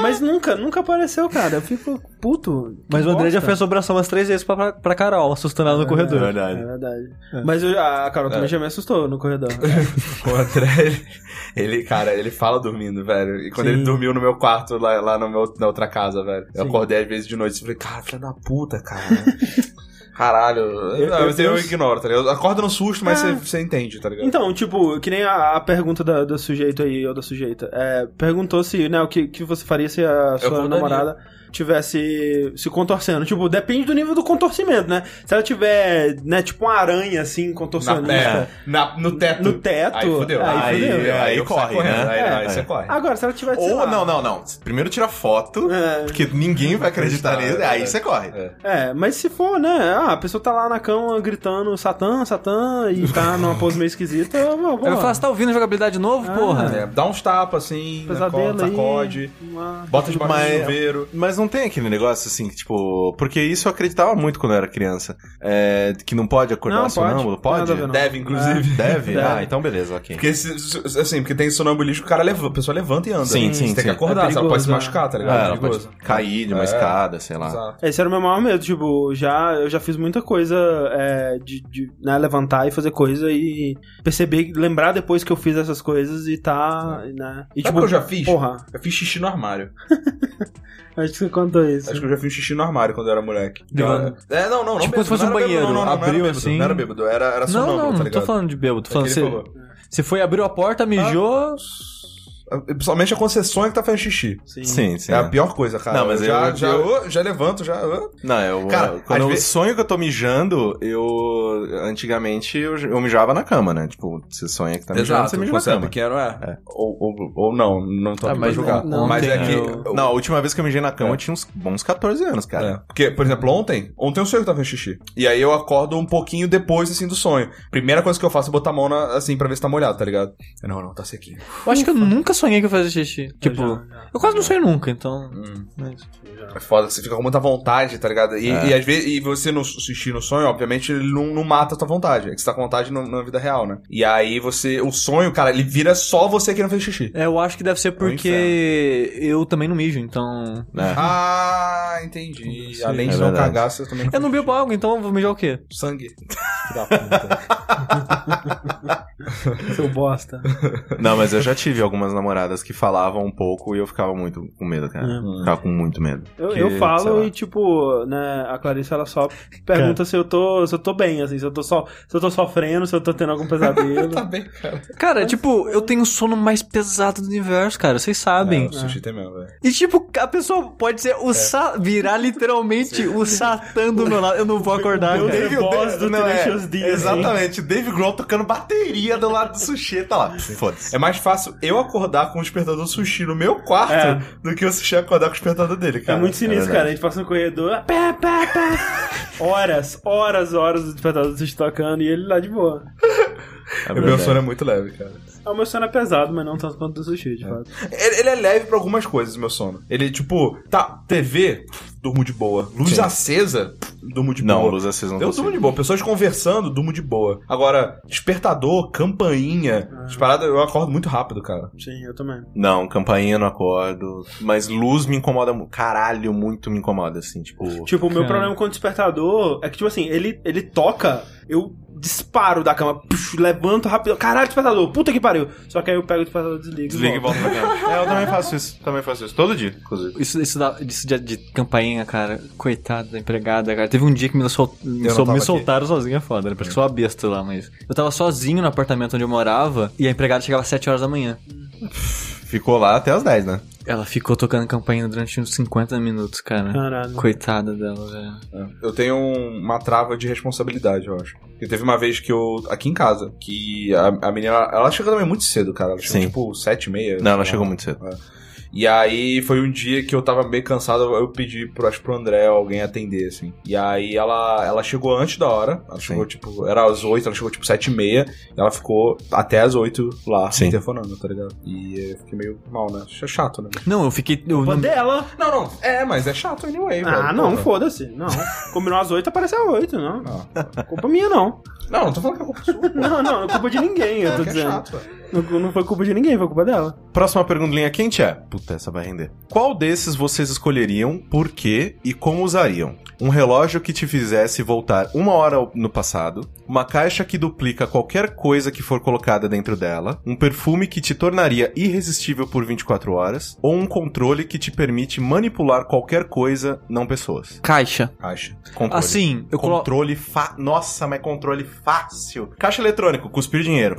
D: Mas nunca, nunca apareceu, cara. Eu fico puto. Que
B: Mas o André já
D: bosta.
B: fez sobração umas três vezes pra, pra, pra Carol, assustando ela no
A: É
B: corredor.
D: É
A: verdade.
D: verdade. Mas eu- a Carol também já me assustou no corredor.
E: O André, *laughs* ele, ele, cara, ele fala dormindo, velho. E quando ele dormiu no meu quarto, lá, lá no meu, na outra casa, velho. Eu acordei às vezes de noite e falei, cara, filha da puta, cara. Caralho. Eu, não, mas eu, ignoro, tá ligado? Eu acordo no susto, mas você
D: É.
E: você entende, tá ligado?
D: Então, tipo, que nem a, a pergunta da- do sujeito aí, ou da sujeita. É, perguntou se, né, o que, que você faria se a sua
E: contaria.
D: namorada tivesse se contorcendo. Tipo, depende do nível do contorcimento, né? Se ela tiver, né, tipo uma aranha, assim,
E: na,
D: contorcionista...
E: é, na- no teto.
D: No teto.
E: Aí fudeu.
D: Aí
E: fudeu.
A: fudeu. Aí
E: eu saio
A: corre,
E: correndo,
A: né?
E: Aí,
A: É.
E: aí você corre.
D: Agora, se ela tiver, sei
A: Ou,
D: lá,
A: não, não, não. Primeiro tira foto,
D: É.
A: porque ninguém vai acreditar
E: Acreditar,
A: nisso.
E: é
A: Aí
E: verdade.
A: você corre.
E: É.
D: É, mas se for, né? Ah, Ah, a pessoa tá lá na cama gritando Satã, Satã, e tá numa pose meio esquisita. Meu,
B: Eu falo, você tá ouvindo jogabilidade novo,
D: Ah,
B: porra?
E: É, dá uns tapas assim,
D: pesadelo
E: né,
D: aí.
E: sacode,
D: uma-
E: bota debaixo do
A: Mas-
E: chuveiro.
A: Mas não tem aquele negócio assim, que, tipo. Porque isso eu acreditava muito quando eu era criança. É, que não pode acordar
D: Não,
A: sonâmbulo?
D: pode. Tem
A: Pode?
D: nada a ver, não.
E: Deve, inclusive.
A: Deve?
D: Deve.
A: Ah, então beleza, ok.
E: Porque, se- se- assim, porque tem sonambulismo, o cara leva, a pessoa levanta e anda.
A: Sim,
E: Você
A: sim,
E: tem
A: sim.
E: que acordar,
D: É
E: ela pode
D: perigoso,
E: se
D: né?
E: machucar, tá
A: Ah,
E: ligado?
A: ela
E: é
A: pode
E: perigoso.
A: cair de uma
E: É.
A: escada, sei lá.
E: Exato.
D: Esse era o meu maior medo, tipo, já eu já fiz muita coisa é, de, de, né, levantar e fazer coisa e perceber, lembrar depois que eu fiz essas coisas e tá, né? E
E: Sabe o que eu já fiz?
D: porra,
E: Eu fiz xixi no armário.
D: acho que você contou isso.
E: Acho que eu já fiz xixi no armário quando eu era moleque.
B: Levando.
E: É, não, não, não.
B: Tipo,
E: bêbado,
B: se fosse
E: não
B: um
E: era bêbado,
B: banheiro,
E: não, não, não,
B: abriu
E: não era bêbado,
B: assim.
E: Não era bêbado, era, era
B: Não,
E: sonâmbulo,
B: não,
E: tá
B: não tô
E: ligado?
B: falando de bêbado. Tô
E: É que
B: falando
E: ele
B: você,
E: falou.
B: você foi, abriu a porta, mijou.
E: Principalmente a concessão é que tá fazendo xixi.
A: Sim, sim.
E: É a pior coisa, cara.
A: Não, mas
E: já,
A: eu-
E: já,
A: eu-
E: ô, já levanto, já. ô. tá
A: Não, eu.
E: Cara,
A: quando
E: às
A: eu
E: vezes-
A: sonho que eu tô mijando, eu. Antigamente eu, eu mijava na cama, né? Tipo, você sonha que tá mijando, você mija na
E: quando você é
A: cama.
E: pequeno, é. Ou, ou, ou não, não tô
B: Ah,
E: aqui pra
B: mas
E: julgar.
B: não- não
E: mas
B: tem,
E: é que.
B: eu-
A: Não, a última vez que eu mijei na cama
E: É.
A: eu tinha uns bons 14 anos,
E: É,
A: cara.
E: Porque, por exemplo, ontem, ontem eu sonhei que eu tava fazendo xixi. E aí eu acordo um pouquinho depois, assim, do sonho. Primeira coisa que eu faço é botar a mão, na- assim, pra ver se tá molhado, tá ligado? Eu, Não, não, tá sequinho.
B: Eu acho que eu nunca sonhei que eu fazia xixi. Tipo,
D: já, já.
B: eu quase não sonho nunca, então.
E: Hum. É foda, que você fica com muita vontade, tá ligado? E,
A: É.
E: e às vezes, e você no xixi no sonho, obviamente, ele não, não mata a tua vontade. É que você tá com vontade no- na vida real, né? E aí você, o sonho, cara, ele vira só você que não fez xixi.
B: É, eu acho que
E: um
B: deve ser porque eu também não mijo, então.
A: né? *laughs*
E: Ah, entendi.
B: Sim,
E: Além
A: é
E: de não
A: verdade.
E: cagar, você também *laughs* não
B: Eu
E: fez
B: não bebo água, então eu vou mijar o quê?
E: sangue. Filho da puta.
D: Seu bosta.
A: Não, mas eu já tive algumas namoradas que falavam um pouco e eu ficava muito com medo, cara. Ficava com muito medo.
D: Eu,
A: Que,
D: eu
A: sei
D: falo
A: lá.
D: e, tipo, né, a Clarice, ela só pergunta se eu tô, se eu tô bem, assim, se eu tô só, se eu tô sofrendo, se eu tô tendo algum
A: *laughs*
D: pesadelo.
E: tá bem, cara.
B: Cara, tipo, eu tenho o sono mais pesado do universo, cara, vocês sabem.
E: o sushi tem mesmo, velho.
B: E, tipo, a pessoa pode ser
E: É.
B: o sa- virar literalmente o Satã do meu lado. Eu não vou acordar,
E: um
D: Meu
B: cara.
D: Deus. Boss do Tenacious D, assim.
A: é, Exatamente, Dave Grohl tocando bateria do lado do sushi, tá lá. Foda-se.
E: É mais fácil eu acordar com o despertador do sushi no meu quarto
D: É.
E: do que o sushi acordar com o despertador dele,
D: É
E: cara.
D: muito sinistro,
A: verdade.
D: cara. A gente passa no corredor, pá, pá, pá. horas, horas, horas do despertador se tocando e ele lá de boa.
A: É
E: O meu
A: verdade.
E: sono é muito leve, cara.
D: Ah, O meu sono é pesado, mas não tanto quanto do sushi, de fato.
E: Ele, ele é leve pra algumas coisas, meu sono. Ele, tipo, tá, TV, durmo de boa. Luz
A: Sim.
E: acesa, durmo de
A: Não,
E: boa.
A: luz acesa não
E: Eu
A: consigo.
E: durmo de boa. Pessoas conversando, durmo de boa. Agora, despertador, campainha,
D: Ah.
E: as paradas, eu acordo muito rápido, cara.
D: Sim, eu também.
A: Não, campainha não acordo. Mas luz me incomoda. mu- Caralho, muito me incomoda, assim, tipo.
D: Tipo, o meu
B: Cara.
D: problema com o despertador é que, tipo assim, ele, ele toca, eu disparo da cama, puf, levanto rápido. Caralho, despertador, puta que pariu. Só que aí eu pego o despertador e desligo.
A: Desliga e
D: volto.
A: volta pra cá. É, eu também faço isso. Também faço isso. Todo dia, inclusive.
B: Isso, isso, da, isso de, de campainha, cara. Coitado da empregada, cara. Teve um dia que me, sol, me,
E: Eu não
B: sol-
E: tava
B: me
E: aqui.
B: soltaram sozinho, é foda, né? Porque sou uma besta lá, mas. Eu tava sozinho no apartamento onde eu morava e a empregada chegava às 7 horas da manhã.
A: Ficou lá até as 10, né?
B: Ela ficou tocando campainha durante uns 50 minutos, cara. *laughs*
E: Ah.
D: Caralho.
B: Coitada dela, velho.
E: É. Eu tenho um- uma trava de responsabilidade, eu acho. Porque teve uma vez que eu. aqui em casa, que a, a menina. Ela chegou também muito cedo, cara. Ela chegou
A: Sim.
E: tipo sete e meia.
A: Não, ela
E: sei
A: chegou
E: lá.
A: muito cedo.
E: E aí foi um dia que eu tava bem cansado, eu pedi pro, acho, que pro André alguém atender, assim. E aí ela, ela chegou antes da hora, ela chegou tipo, era às 8, ela chegou tipo 7 e meia, e ela ficou até às 8 lá,
A: Sim.
E: telefonando, tá ligado? E eu fiquei meio mal, né? Isso é chato, né?
B: Não, eu fiquei. Eu
D: Culpa
B: não,
D: dela.
E: Não, não, é, mas é chato anyway,
D: Ah, não, foda-se. Não. Combinou às oito, apareceu às oito, não. Culpa minha, não.
E: Ah. Não, não tô falando que é
D: *laughs*
E: culpa sua, pô.
D: Não, não, não é culpa de ninguém, eu tô
E: que é
D: dizendo.
E: chato, velho.
D: Não, não foi culpa de ninguém, foi culpa dela.
A: Próxima pergunta linha quente é. Puta, essa vai render. Qual desses vocês escolheriam, por quê e como usariam? Um relógio que te fizesse voltar uma hora ao- no passado, uma caixa que duplica qualquer coisa que for colocada dentro dela, um perfume que te tornaria irresistível por 24 horas, ou um controle que te permite manipular qualquer coisa, não pessoas.
B: Caixa.
E: Acho.
A: Controle.
B: Assim, eu coloco.
A: Controle fa... Nossa, mas controle fácil. Caixa eletrônico, cuspir dinheiro.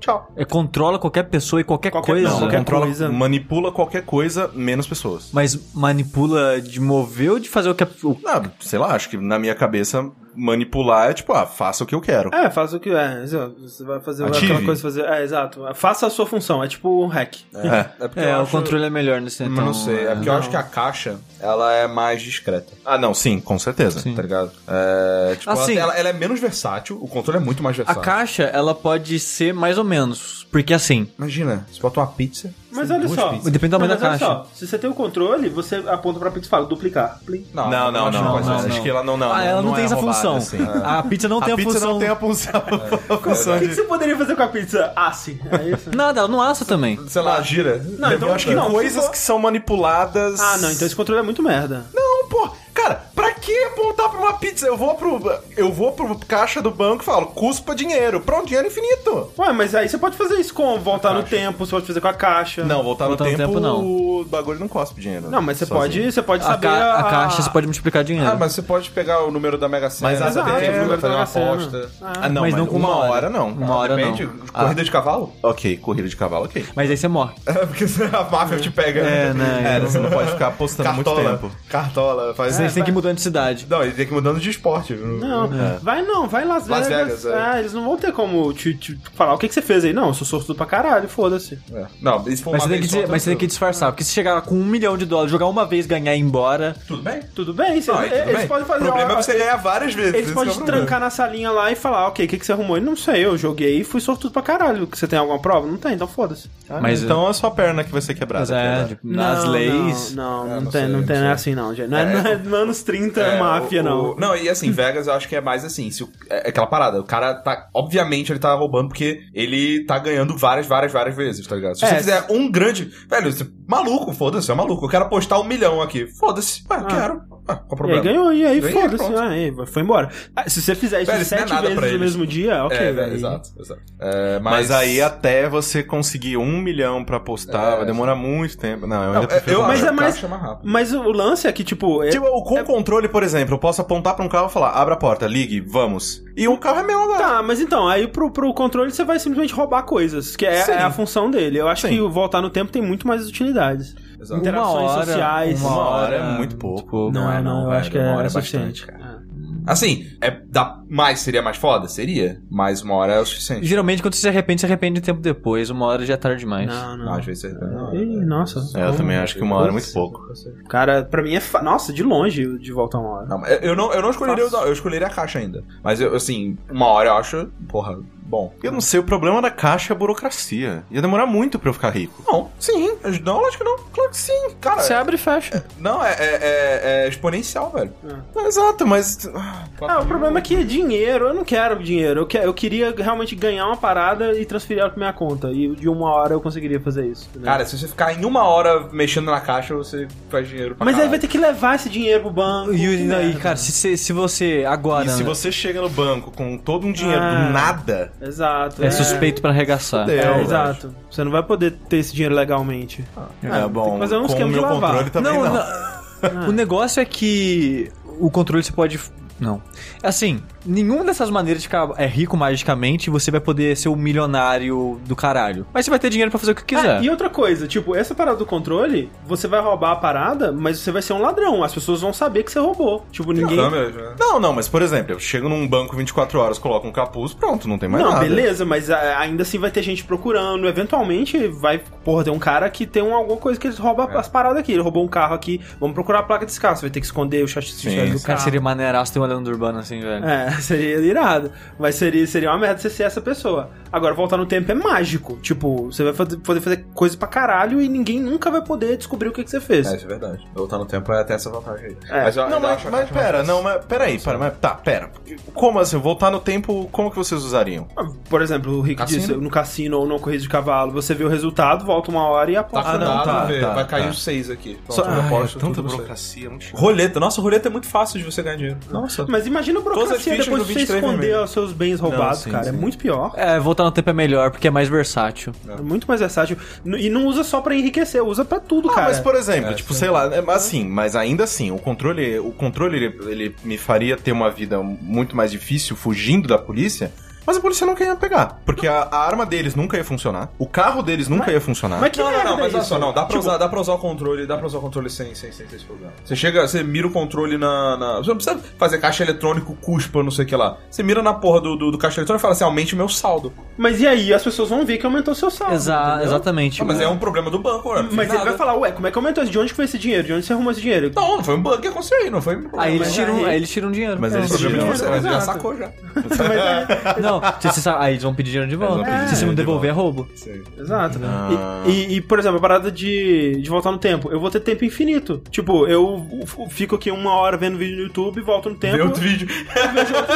A: Tchau.
B: É, controla qualquer pessoa e qualquer,
D: Qualquer-
B: coisa.
A: Não,
D: qualquer
A: controla,
D: coisa.
A: manipula qualquer coisa, menos pessoas.
B: Mas manipula de mover ou de fazer o que a. o-
A: Ah, sei lá, acho que na minha cabeça manipular é tipo, ah, faça o que eu quero.
D: É, faça o que é. Você vai fazer
A: Ative.
D: aquela coisa fazer. É, exato. Faça a sua função. É tipo um hack.
E: É, porque
B: É,
E: eu
B: o
E: acho-
B: controle é melhor nesse
E: Mas
B: então,
E: não sei, é porque eu acho que a caixa, ela é mais discreta,
A: Ah, não, sim, com certeza.
E: tá ligado? É, tipo,
B: Assim-
E: ela, ela é menos versátil, o controle é muito mais
B: A
E: versátil.
B: caixa, ela pode ser mais ou menos. Porque assim,
E: Imagina, você bota uma pizza...
D: Mas
E: tem
D: olha
E: duas
D: só.
E: pizzas.
B: depende do tamanho
D: Mas
B: da
D: olha
B: caixa.
D: só, se você tem o controle, você aponta pra pizza e fala duplicar. Plim.
A: Não, não, não,
E: acho que
A: não,
E: pode ser
B: não,
E: assim.
A: Acho que ela não, não.
B: ah, ela não, tem
A: é
B: essa
A: roubada,
B: função.
A: assim. É.
B: A pizza não
A: A
B: tem a
A: pizza
B: função.
A: não tem a função. a função
D: O que, que
A: de-
D: você poderia fazer com a pizza? Ah, sim. É
E: *laughs*
D: isso?
B: Nada, ela não assa também.
E: Sei lá, gira. Não,
D: então acho que não.
A: Coisas que são manipuladas.
D: ah, não. Então esse controle é muito merda.
A: Não, pô. Cara, pra que apontar pra uma pizza? Eu vou pro. Eu vou pro caixa do banco e falo, cuspa dinheiro. Pronto, dinheiro infinito.
D: Ué, mas aí você pode fazer isso com voltar no tempo, você pode fazer com a caixa.
A: Não, voltar no
B: Voltar no
A: tempo,
B: tempo, não.
A: o bagulho não cospe dinheiro.
D: Não, mas você
A: sozinho.
D: pode, você pode
B: A,
D: saber
B: ca- a caixa, você pode multiplicar dinheiro.
E: Ah, mas você pode pegar o número da Mega Sena.
A: Mas
E: você
A: até
B: é,
E: tem
A: o
E: que
D: número
E: fazer
D: da
E: uma
D: Mega Sena.
E: aposta.
A: Ah, não, mas, não com uma hora, não.
B: Uma hora não. Ah.
E: Depende, corrida de cavalo? *laughs*
A: Ok, corrida de cavalo, *laughs* ok.
B: Mas aí você morre.
E: É, porque *laughs* a máfia te pega.
B: É, né?
A: É, você não pode ficar apostando muito
E: Cartola.
A: tempo.
E: Cartola, faz
B: Vocês têm que ir mudando de cidade.
E: Não, ele tem que ir mudando de esporte.
D: Não,
E: É.
D: vai não, vai em Las
E: Las
D: Vegas.
E: Vegas, é.
D: é. eles não vão ter como te, te falar o que, que você fez aí. Não, eu sou sortudo pra caralho, foda-se.
E: É. Não, isso foi
B: Mas você, tem que,
E: uma vez
B: dizer- mas você tem
E: só,
B: que
E: tranquilo.
B: disfarçar. Porque se chegar com um milhão de dólares, jogar uma vez, ganhar e ir embora.
E: Tudo bem?
D: Tudo bem, você-
E: Não, aí tudo
D: eles
E: bem.
D: podem fazer.
E: O problema
D: ó,
E: é você ganhar várias vezes.
D: Eles
E: esse
D: podem
E: que é
D: te
E: o problema.
D: trancar na salinha lá e falar, ok, o que, que você arrumou? Ele não sei, eu joguei e fui sortudo pra caralho. Você tem alguma prova? Não tem, então foda-se.
B: Mas-
A: então é só a perna que vai ser quebrada.
B: Mas é,
A: cara.
B: tipo, nas
D: Não,
B: leis.
D: Não, não,
E: É,
D: Ah, não tem,
E: não sei,
D: não
E: não
D: tem, não
E: sei.
D: é assim não, gente. Não é, não é *laughs* anos 30
E: É,
D: máfia,
E: o-
D: não.
E: o- Não, e assim, Vegas eu acho que é mais assim, se o- é aquela parada, o cara tá, obviamente ele tá roubando porque ele tá ganhando várias, várias, várias vezes, tá ligado? Se
D: É.
E: você fizer um grande, velho, você, maluco, foda-se, é maluco, eu quero apostar um milhão aqui, foda-se, ué, quero, ué, qual o
D: Ah. E aí
E: problema?
D: ganhou, e aí
E: Ganhei,
D: foda-se,
E: pronto.
D: aí foi embora. Ah, se você fizer isso
E: Velho, isso não é
D: sete
E: nada pra
D: vezes no
E: eles.
D: mesmo dia, ok.
E: é,
D: aí-
E: velho, exato, exato. É, mas,
A: Mas aí até você conseguir um milhão pra apostar,
E: É,
A: vai demorar muito tempo. Não, eu
E: Não,
A: ainda prefiro.
E: eu
A: uma
E: acho
D: Mas
E: que
D: é mais-
E: caixa mais rápido.
D: Mas o lance é que, tipo, é-
A: Tipo, o- com o controle, por exemplo, eu posso apontar pra um carro e falar, abra a porta, ligue, vamos. E o carro é meu agora.
D: Tá, mas então, aí pro, pro controle você vai simplesmente roubar coisas, que é,
A: Sim.
D: é a função dele. Eu acho
A: Sim.
D: que o voltar no tempo tem muito mais utilidades.
E: Exato.
D: Interações
B: uma hora,
D: sociais.
A: Uma hora é muito pouco.
B: não,
E: é, não,
D: eu
E: velho,
D: acho que
E: uma
D: é,
E: hora é
D: suficiente.
E: bastante, Assim, é, dá, mais seria mais foda? Seria, mas uma hora é o suficiente.
B: Geralmente, quando você se arrepende, você arrepende um tempo depois. Uma hora já é tarde
D: É.
B: demais.
D: Não, não.
E: Não, às vezes é... não,
D: Ih, nossa.
A: É, eu também acho que uma hora é muito pouco.
D: Cara, pra mim é. Fa... Nossa, de longe o de voltar uma hora.
E: Não, é, eu- eu não, eu não escolheria o
D: Fácil.
E: da- eu escolheria a caixa ainda. Mas eu, assim, uma hora eu acho, porra, bom.
A: Eu não sei, o problema da caixa é a burocracia. Ia demorar muito pra eu ficar rico.
E: Não, sim. Não, acho que não. Claro que sim. Cara,
D: Você abre e fecha.
E: não, é, é- é- é exponencial, velho.
A: Exato, mas.
D: Ah, o problema é que é dinheiro. Eu não quero dinheiro. Eu, que, eu queria realmente ganhar uma parada e transferir ela pra minha conta. E de uma hora eu conseguiria fazer isso. né? entendeu?
E: Cara, se você ficar em uma hora mexendo na caixa, você faz dinheiro pra
D: mas aí
E: caralho.
D: vai ter que levar esse dinheiro pro banco.
B: E,
D: que
B: o- e,
D: merda.
B: cara, se, você- se você agora. né,
A: E se você chega no banco com todo um dinheiro
D: Ah.
A: do nada.
D: Exato.
B: É suspeito pra arregaçar.
A: Fudeu.
D: É,
A: eu
D: exato. Você não vai poder ter esse dinheiro legalmente.
A: É, bom.
D: fazer um
A: com o
D: esquema de
A: meu
D: lavar.
A: controle também não.
D: *laughs*
B: não. O negócio é que o controle você pode. Não. Assim, nenhuma dessas maneiras de ficar é, rico magicamente, você vai poder ser o milionário do caralho. Mas você vai ter dinheiro pra fazer o que quiser.
D: Ah, e outra coisa, tipo, essa parada do controle, você vai roubar a parada, mas você vai ser um ladrão. As pessoas vão saber que você roubou. Tipo, ninguém. Não,
E: Câmeras, né?
A: Não, não, mas por exemplo, eu chego num banco 24 horas, coloco um capuz, pronto, não tem mais nada.
D: beleza, mas ah, ainda assim vai ter gente procurando. Eventualmente vai, porra, tem um cara que tem um- alguma coisa que ele rouba as paradas aqui. Ele roubou um carro aqui. Vamos procurar a placa desse carro. Você vai ter que esconder o chassi do
A: Sim,
D: carro.
B: O cara seria um maneiraço ter uma lenda urbana assim, velho.
D: É, *laughs* seria irado. Mas seria, seria uma merda você ser essa pessoa. Agora, voltar no tempo é mágico. Tipo, você vai fazer- poder fazer coisa pra caralho e ninguém nunca vai poder descobrir o que, que você fez.
E: É, isso é verdade. Voltar no tempo é até essa vantagem aí.
D: É.
E: eu
A: Não,
E: ainda
A: mas,
E: acho
A: mas
E: a caixa mais
A: pera,
E: fácil.
A: não, mas peraí, pera, mas tá, pera. Como assim? Voltar no tempo, como que vocês usariam?
D: Ah, Por exemplo, o Rick
E: Cassino.
D: disse, no cassino ou no corrida de cavalo, você vê o resultado, volta uma hora e
E: Tá
D: aposta.
E: com
A: Ah, não,
E: dado,
A: tá,
E: vê,
A: tá,
E: vai cair
A: tá.
E: os seis aqui. Pronto,
A: Só-
E: eu
A: Ai,
E: aposto
A: é tanta
E: tudo você.
A: burocracia, muito chato.
E: Roleta. Nossa, roleta é muito fácil de você ganhar dinheiro. Nossa.
D: Mas imagina a
E: Todas as
D: burocracia
E: fichas
D: depois
E: do
D: de você
E: 23
D: esconder
E: vermelho.
D: os seus bens roubados,
A: Não, sim,
D: cara.
A: sim.
D: É muito pior.
B: É, voltar no tempo é melhor porque é mais versátil.
D: É muito mais versátil. N- E não usa só pra enriquecer, usa pra tudo,
A: Ah,
D: cara.
A: mas por exemplo,
E: É,
A: tipo,
E: sim.
A: sei lá, é, mas assim, mas ainda assim, o controle, o controle ele, ele me faria ter uma vida muito mais difícil fugindo da polícia, mas a polícia nunca ia pegar. Porque a, a arma deles nunca ia funcionar, o carro deles nunca ia funcionar.
D: Mas que
E: Não, não,
D: merda
E: não, mas
D: é
E: olha
D: isso?
E: só, não, dá pra, usar, dá pra usar o controle, dá pra usar o controle sem, sem, sem, sem esse problema. Você chega, você mira o controle na, na- Você não precisa fazer caixa eletrônico, cuspa, não sei o que lá. Você mira na porra do, do, do caixa eletrônico e fala assim, aumente meu saldo.
D: Mas e aí? As pessoas vão ver que aumentou seu saldo.
B: Exa
D: entendeu?
B: exatamente.
E: Ah, mas
B: mano.
E: é um problema do banco, né? Não
D: Mas
E: fiz
D: ele
E: nada.
D: vai falar, ué, como é que aumentou? De onde que foi esse dinheiro? De onde você arrumou esse dinheiro?
E: Não, não foi um bug que aconteceu aí, não foi um problema.
B: Aí eles
D: Mas
B: tiram,
D: aí-
B: aí eles tiram dinheiro.
A: Mas
B: É.
A: eles
E: Esse
A: tiram
E: problema
A: dinheiro.
E: você, mas já
D: Exato.
E: sacou já.
D: é,
B: Não, se você sabe, aí eles vão pedir dinheiro de volta.
A: Eles vão pedir
B: se você não
A: dinheiro de
B: devolver, é roubo.
D: Exato.
A: Ah.
D: E, e- e, por exemplo, a parada de, de voltar no tempo. Eu vou ter tempo infinito. Tipo, eu f- fico aqui uma hora vendo vídeo no YouTube, volto no tempo.
E: Vê outro vídeo. *laughs*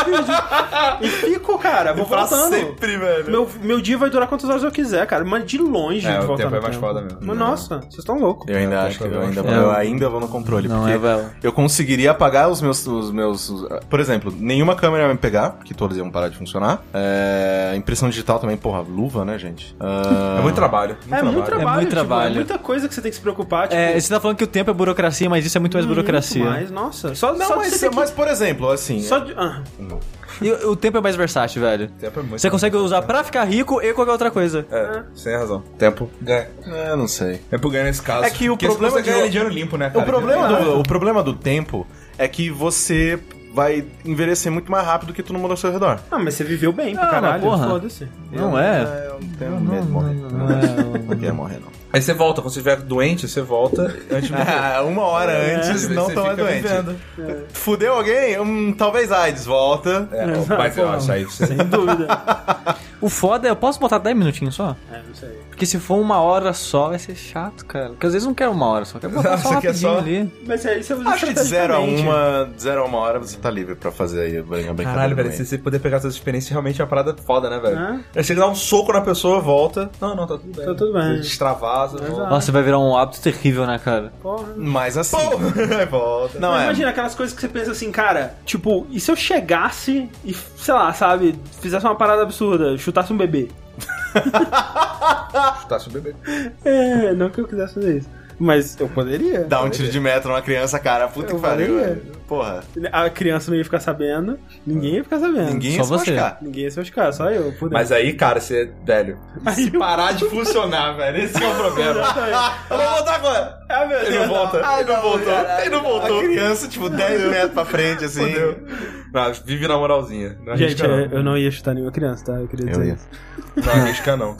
D: E fico, cara. Vou
E: Pra
D: voltando.
E: sempre, velho.
D: Meu, meu dia vai durar quantas horas eu quiser, cara. Mas de longe
E: É,
D: de
E: o
D: voltar
E: tempo
D: no
E: é mais foda mesmo.
D: Mas,
E: Não.
D: nossa, vocês estão loucos.
A: Eu ainda
E: É,
A: acho que eu
E: eu
A: ainda,
E: acho.
A: eu ainda vou no controle.
B: Não,
A: porque
B: é, velho.
A: eu conseguiria apagar os meus, os meus. os- Por exemplo, nenhuma câmera ia me pegar, porque todas iam parar de funcionar. É, impressão digital também, porra, luva, né, gente? Ah,
E: É muito trabalho.
D: É muito trabalho,
B: É muito
D: tipo,
B: trabalho.
D: é muita coisa que você tem que se preocupar. Tipo,
B: É, você tá falando que o tempo é burocracia, mas isso é muito mais burocracia.
D: Mas, nossa. Só,
A: Não,
D: só de
A: mas, é
D: você ter que-
A: mas, por exemplo, assim.
D: Só de... ah.
B: E o o tempo é mais versátil, velho.
E: Tempo é muito
B: Você consegue usar pra ficar rico e qualquer outra coisa.
E: É, sem razão. Tempo ganha.
A: É, não sei.
E: Tempo ganha nesse caso.
A: É que o
E: Porque você
A: problema
E: consegue
A: de-
E: ganhar dinheiro limpo, né, cara?
A: O problema, do, o problema do tempo é que você vai envelhecer muito mais rápido que todo mundo ao seu redor.
D: Ah, mas você viveu bem pra
B: Ah, mas
D: caralho.
B: porra.
D: Foda-se.
B: Não é?
A: Eu não tenho Então, medo de morrer. *laughs* Não quero morrer, não.
E: Aí você volta, quando você estiver doente, você volta antes de morrer.
A: Ah, uma hora antes,
E: Você
A: não
E: fica
A: tão é doente.
E: vivendo.
A: Fudeu alguém? Hum, talvez AIDS volta.
E: *laughs* É, mas eu acho aí. Você...
D: Sem dúvida.
B: O foda é, eu posso botar 10 minutinhos só?
D: é, não sei.
B: Porque se for uma hora só, vai ser chato, cara. Porque às vezes eu não quero uma hora só, quero botar
E: Não,
B: só
E: você quer
B: rapidinho
E: só-
B: ali.
D: Mas é, isso é
A: Acho que de 0 a 1 de zero a uma hora você tá livre pra fazer aí a brin- a brincadeira.
E: *laughs* Caralho, velho,
A: do
E: se você poder pegar essas experiências, realmente é uma parada foda, né, velho?
D: Hã?
E: Aí você dá um soco na pessoa, volta. Não, não, tá tudo bem.
D: Tá tudo bem.
E: Você Destravasa,
A: Tá.
E: volta.
B: Nossa, vai virar um hábito terrível, né, cara?
D: Porra.
A: meio. Mas assim. *laughs*
E: Aí volta.
A: Não é.
D: Imagina aquelas coisas que você pensa assim, cara, tipo, e se eu chegasse e, sei lá, sabe, fizesse uma parada absurda, chutasse um bebê?
E: Tá se bebê.
D: É, não que eu quisesse fazer isso. Mas eu poderia.
A: Dá um tiro de metro numa criança, cara. Puta
D: Eu
A: que pariu,
D: faria.
A: velho. Porra.
D: A criança não ia ficar sabendo, ninguém ia ficar
E: É,
D: sabendo.
A: Ninguém
B: Só
A: ia se
B: você.
A: machucar.
D: Ninguém ia se machucar, só eu. Puder.
E: Mas aí, cara, você, velho,
D: Aí eu-
E: parar de funcionar, velho, esse que é o problema. Eu vou voltar agora.
D: Ah, meu
E: Ele não volta. Ele não voltou. Ele não
A: A
E: voltou.
A: criança, tipo, 10 metros pra frente, assim.
E: Fudeu. Não, Ah, vive na moralzinha. Não
D: Gente,
E: arrisca,
D: eu
E: não.
D: eu não ia chutar nenhuma criança, tá? Eu queria dizer. isso.
E: Não arrisca, não.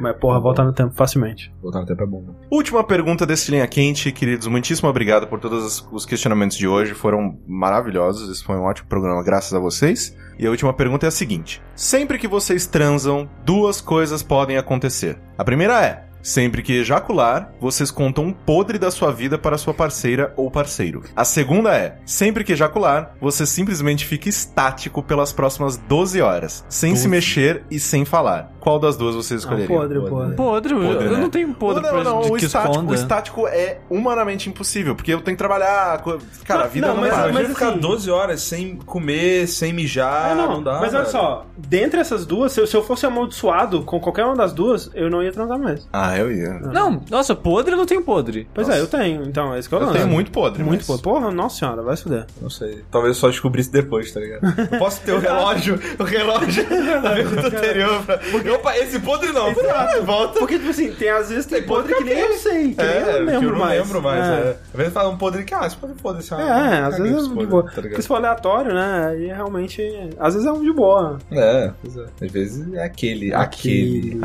D: Mas, porra, voltar no tempo facilmente.
E: Voltar no tempo é bom. né?
A: Última pergunta desse Linha Quente, queridos. Muitíssimo obrigado por todos os- os questionamentos de hoje. Foram maravilhosos. Esse foi um ótimo programa, graças a vocês. E a última pergunta é a seguinte: Sempre que vocês transam, duas coisas podem acontecer. A primeira é. Sempre que ejacular, vocês contam um podre da sua vida para sua parceira ou parceiro. A segunda é: sempre que ejacular, você simplesmente fica estático pelas próximas 12 horas, sem se mexer e sem falar. Qual das duas vocês
D: Ah, podre,
A: escolheriam?
D: podre.
E: Podre.
B: Podre,
A: Podre,
B: eu
A: né?
B: não tenho podre
A: não,
B: pra
A: não,
B: de
A: o,
B: que
A: estático, o
B: esconda.
A: estático é humanamente impossível, porque eu tenho que trabalhar. co- Cara, a vida é
D: Não,
A: não,
D: mas-
A: para.
E: Imagina ficar
D: assim-
E: 12 horas sem comer, sem mijar,
D: É,
E: não, dá.
D: mas olha
E: velho.
D: só, dentre essas duas, se eu, se eu fosse amaldiçoado com qualquer uma das duas, eu não ia transar mais.
A: Ah, eu ia.
B: Não, nossa, podre eu não tenho podre.
D: Pois é, eu tenho, então, é isso que eu
A: Eu
D: lance.
A: tenho muito podre.
D: Muito,
A: mas...
D: pô. Porra, nossa senhora, vai se fuder.
E: Não sei. Talvez eu só descobrisse depois, tá ligado? Eu posso
D: *laughs*
E: ter o relógio, o relógio da pergunta anterior. Pra... Opa, esse podre não. Ah, Volta.
D: Porque, tipo assim, tem às vezes tem podre que nem eu sei, que nem
E: É,
D: eu
E: que
D: lembro
E: eu não
D: mais.
E: lembro mais.
D: É,
E: é. Às vezes fala um podre que, ah, esse podre foda-se. ah,
D: É, às
E: caguei
D: vezes
E: esse
D: é de
E: podre,
D: boa.
E: Tá
D: Porque se
E: ligado?
D: for aleatório, né? Aí realmente. Às vezes é um de boa.
E: É, pois é. às vezes é aquele. Aquele.
A: Aquele.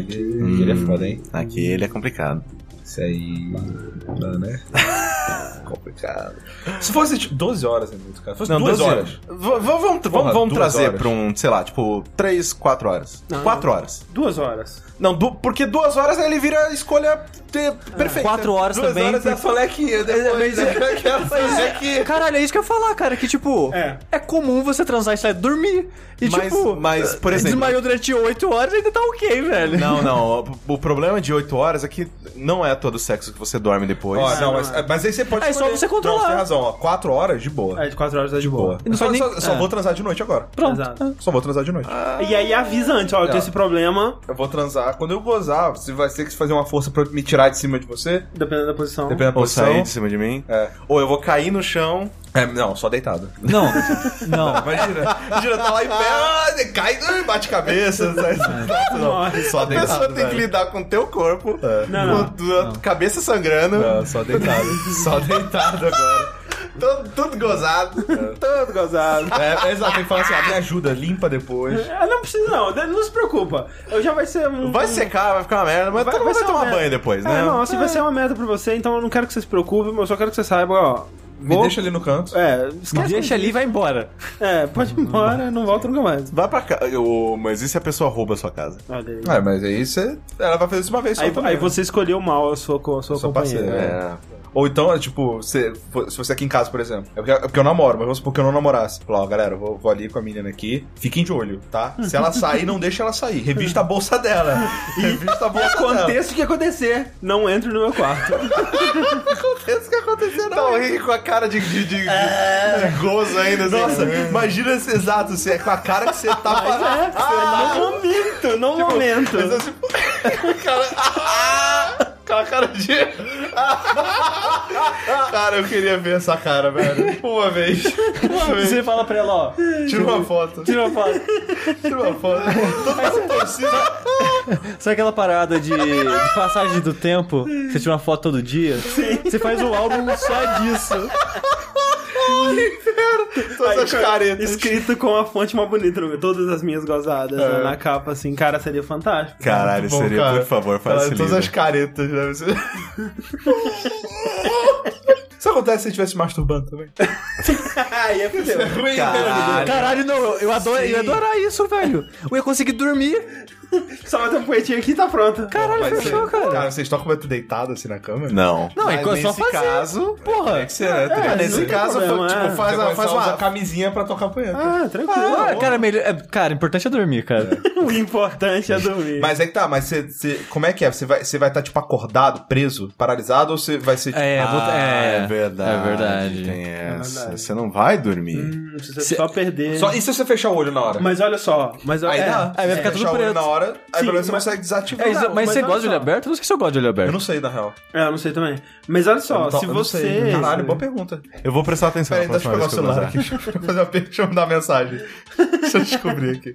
E: Aquele,
A: Hum.
E: aquele é foda, hein?
A: Aquele é complicado.
E: Isso aí. Não, né? *laughs* Complicado. Se fosse tipo, 12 horas é muito, cara. Se fosse
A: Não,
E: 12
A: 12
E: horas.
A: horas. V- v- Vamos,
E: Porra,
A: vamos, vamos
E: duas
A: trazer
E: horas.
A: pra um, sei lá, tipo, 3, 4 horas.
D: Não.
A: 4 horas.
D: Duas horas.
A: Não, du- porque duas horas ele vira a escolha de- perfeita.
B: Quatro horas
E: Duas
B: também.
E: horas é
A: *laughs*
E: a solequinha. Depois é aquela solequinha.
B: Caralho, é isso que eu ia falar, cara, que tipo,
D: É.
B: é, comum você transar e sair dormir. E
A: Mas-
B: tipo,
A: mas, por exemplo-
B: desmaiou durante 8 horas e ainda tá ok, velho.
A: Não, não. O, o problema de 8 horas é que não é todo sexo que você dorme depois.
E: Ó, não, mas, mas aí você pode.
B: É só
E: escolher.
B: você controlar.
E: Não, você tem razão, ó. Quatro horas de boa.
D: É, de quatro horas é de boa.
E: boa.
B: não
E: Só,
B: faz nem-
E: só- só
B: é.
E: vou transar de noite agora.
B: *laughs* Pronto.
D: Exato.
E: Só vou transar de noite.
D: Ah, E aí avisa antes, ó, eu tenho esse problema,
E: Eu vou transar. Quando eu gozar, você vai ter que fazer uma força pra me tirar de cima de você.
D: dependendo da posição.
E: Dependendo da
A: Ou
E: posição.
A: sair de cima de mim.
E: É.
A: Ou eu vou cair no chão.
E: É, não, só deitado.
B: *laughs* Não, não.
E: Imagina, *laughs* imagina, tá lá em pé, ah, cai,
A: né,
E: ah, bate cabeça. sabe? Não, *laughs*
D: *laughs*
E: só
A: A
E: deitado.
A: pessoa tem que
E: velho. É.
A: lidar com o teu corpo,
D: Não,
A: com tua cabeça sangrando,
E: Não, É, só deitado. só deitado agora.
A: todo, tudo gozado.
D: Todo gozado.
E: É, exato, tem que falar assim, ah, me ajuda, limpa depois.
D: Ah, não precisa não, não se preocupa. Eu já vai ser um...
A: Vai secar, vai ficar uma merda, mas todo mundo vai
D: ser uma
A: tomar
D: merda.
A: banho depois,
D: É,
A: né?
D: não, assim, vai ser uma merda pra você, então eu não quero que você se preocupe, mas eu só quero que você saiba, ó...
E: Me
D: vou-
E: deixa ali no canto.
D: É, esquece...
B: Deixa ali e vai embora.
D: É, pode ir embora, não volta nunca mais.
A: Vai pra casa. Mas e se a pessoa rouba a sua casa?
D: Olha aí.
E: É, mas aí você. Ela vai fazer isso uma vez só.
D: Aí,
E: também,
D: aí
E: né?
D: você escolheu mal a sua, co- a sua
E: Sua
D: companheira.
E: parceira, é. Ou então, é, tipo, se, fo- se você aqui em casa, por exemplo. É porque, é porque eu namoro, mas vamos supor que eu não namorasse. Falar, ó, galera, eu vou, vou ali com a menina aqui. Fiquem de olho, tá? Se ela sair, não deixa ela sair. Revista a
D: *laughs*
E: bolsa dela. Revista a bolsa dela.
D: Aconteça o que acontecer, não entre no meu quarto.
E: Acontece o É que aconteceu,
A: Tá rindo com a cara de, de, de, de-
D: É.
A: de gozo ainda, assim.
D: Então,
E: Nossa, imagina se exato, se é com a cara que você tá parado.
D: É, não momento, não momento.
E: Mas assim, cara, com a cara de. *laughs* cara, eu queria ver essa cara, velho. Uma vez. Uma vez.
D: Você fala pra ela, ó,
E: Tira uma foto.
D: tira uma foto.
E: Tira uma foto. Toda torcida.
B: Sabe aquela parada de, de passagem do tempo? Você tira uma foto todo dia? Sim. Você faz um álbum só disso.
E: Todas as
D: Aí,
E: caretas.
D: Escrito com a fonte mais bonita, no meio, todas as minhas gozadas
E: É.
D: né, na capa, assim, cara, seria
E: *laughs*
D: fantástico.
A: Caralho,
E: Bom,
A: seria,
E: cara,
A: por favor,
E: cara,
A: facilita.
E: Todas as caretas, né? Você- Isso acontece se você estivesse masturbando *laughs* também.
D: Aí é fudeu.
E: né?
A: Caralho.
B: Caralho, não, eu, eu adoro, eu ia adorar isso, velho. Eu ia conseguir dormir.
D: Só bater um poetinho aqui e tá pronto.
B: Caralho,
E: Mas,
B: fechou, cara.
E: Cara, vocês tocam muito deitado assim na cama?
A: Não.
B: Não, é
A: é. Mas
B: só
A: nesse
B: fazer.
A: caso,
B: Porra.
E: É que você é, tá ligado?
A: nesse
D: tem
A: caso,
D: problema,
A: tipo,
D: é.
A: faz,
E: Você
A: a-
E: começa
A: faz
E: a usar
A: uma.
E: camisinha pra tocar punheta.
D: Ah, tranquilo.
B: Ah, cara, melhor, é- cara, o importante é dormir, cara.
D: o importante é dormir.
E: Mas é que tá, mas você, você- como é que é? Você vai estar, vai tá, tipo, acordado, preso, paralisado, ou você vai ser, tipo,
B: É, vou- é,
A: é verdade.
B: É verdade.
A: Tem essa.
D: verdade.
A: Você não vai dormir.
D: Hum, se você só perder.
E: Só, e se você fechar o olho na hora?
D: Mas olha só, mas
E: Aí
D: é,
E: dá.
B: aí vai
E: Se
B: ficar tudo
E: fechar o olho
B: preto.
E: na hora, aí
D: Sim,
E: pelo menos você
D: mas-
E: consegue desativar.
B: É, isso-
E: Não,
B: mas, você
D: olha
B: gosta de olho
D: só.
B: aberto? Eu não sei se eu gosto de olho aberto.
E: Eu não sei, na real.
D: É, eu não sei também. Mas olha
E: Eu
D: só,
E: não tô-
D: se
E: eu não sei.
D: você.
E: Caralho, boa pergunta.
A: Eu vou prestar atenção
E: Peraí,
A: na
E: deixa eu
A: próxima
E: pegar o
A: vez que eu
E: celular
A: gozar.
E: aqui. *laughs* Deixa eu fazer uma per- deixa eu mandar mensagem. Deixa eu descobrir aqui.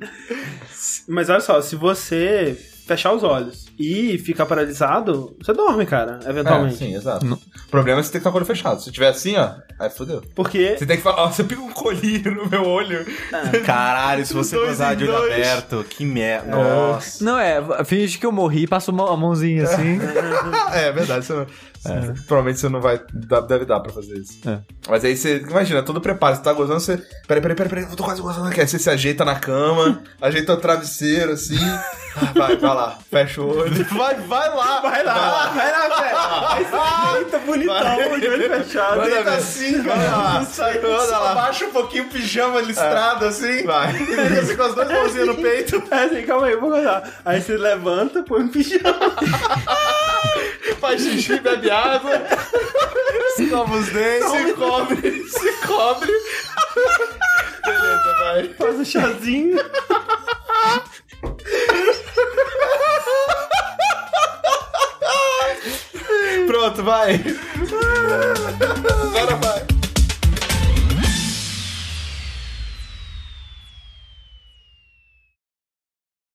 D: Mas olha só, se você fechar os olhos e ficar paralisado, você dorme, cara,
E: É,
D: eventualmente.
E: exato. O problema é que você tem que estar com o olho fechado. Se tiver assim, ó, aí fodeu.
D: Porque.
E: Você tem que falar, ó, você pica um colírio no meu olho.
A: Caralho, se você
E: Dois
A: gozar
E: em
A: de olho
E: dois.
A: aberto, que merda. Nossa.
B: Não, é, finge que eu morri e passa uma- a mãozinha *laughs* assim.
E: Ah, é verdade, você não, você- provavelmente você não vai. dá- Deve dar pra fazer isso.
B: É.
E: Mas aí você. Imagina, todo preparo, você tá gozando, você. Peraí, peraí, peraí, peraí, eu tô quase gozando aqui. Aí você se ajeita na cama, *laughs* ajeita o travesseiro assim. Ah, Vai, vai lá, fecha o olho. Vai, vai lá, vai lá. Ah.
D: Vai lá, velho! Aí você deita bonitão, de olho fechado.
E: Manda
D: Deita
E: ver.
D: assim,
E: Vai lá.
D: cara.
E: Manda lá. É.
A: Abaixa um pouquinho o pijama listrado assim.
E: Vai.
A: Fica assim com as duas mãozinhas no
E: *laughs*
A: peito.
D: É assim, calma aí, eu vou contar. Aí você levanta, põe um pijama.
E: Faz xixi, bebe água,
A: Escova os dentes.
E: se cobre, se cobre. *laughs* Beleza, vai.
D: Faz um chazinho.
E: Pronto, vai.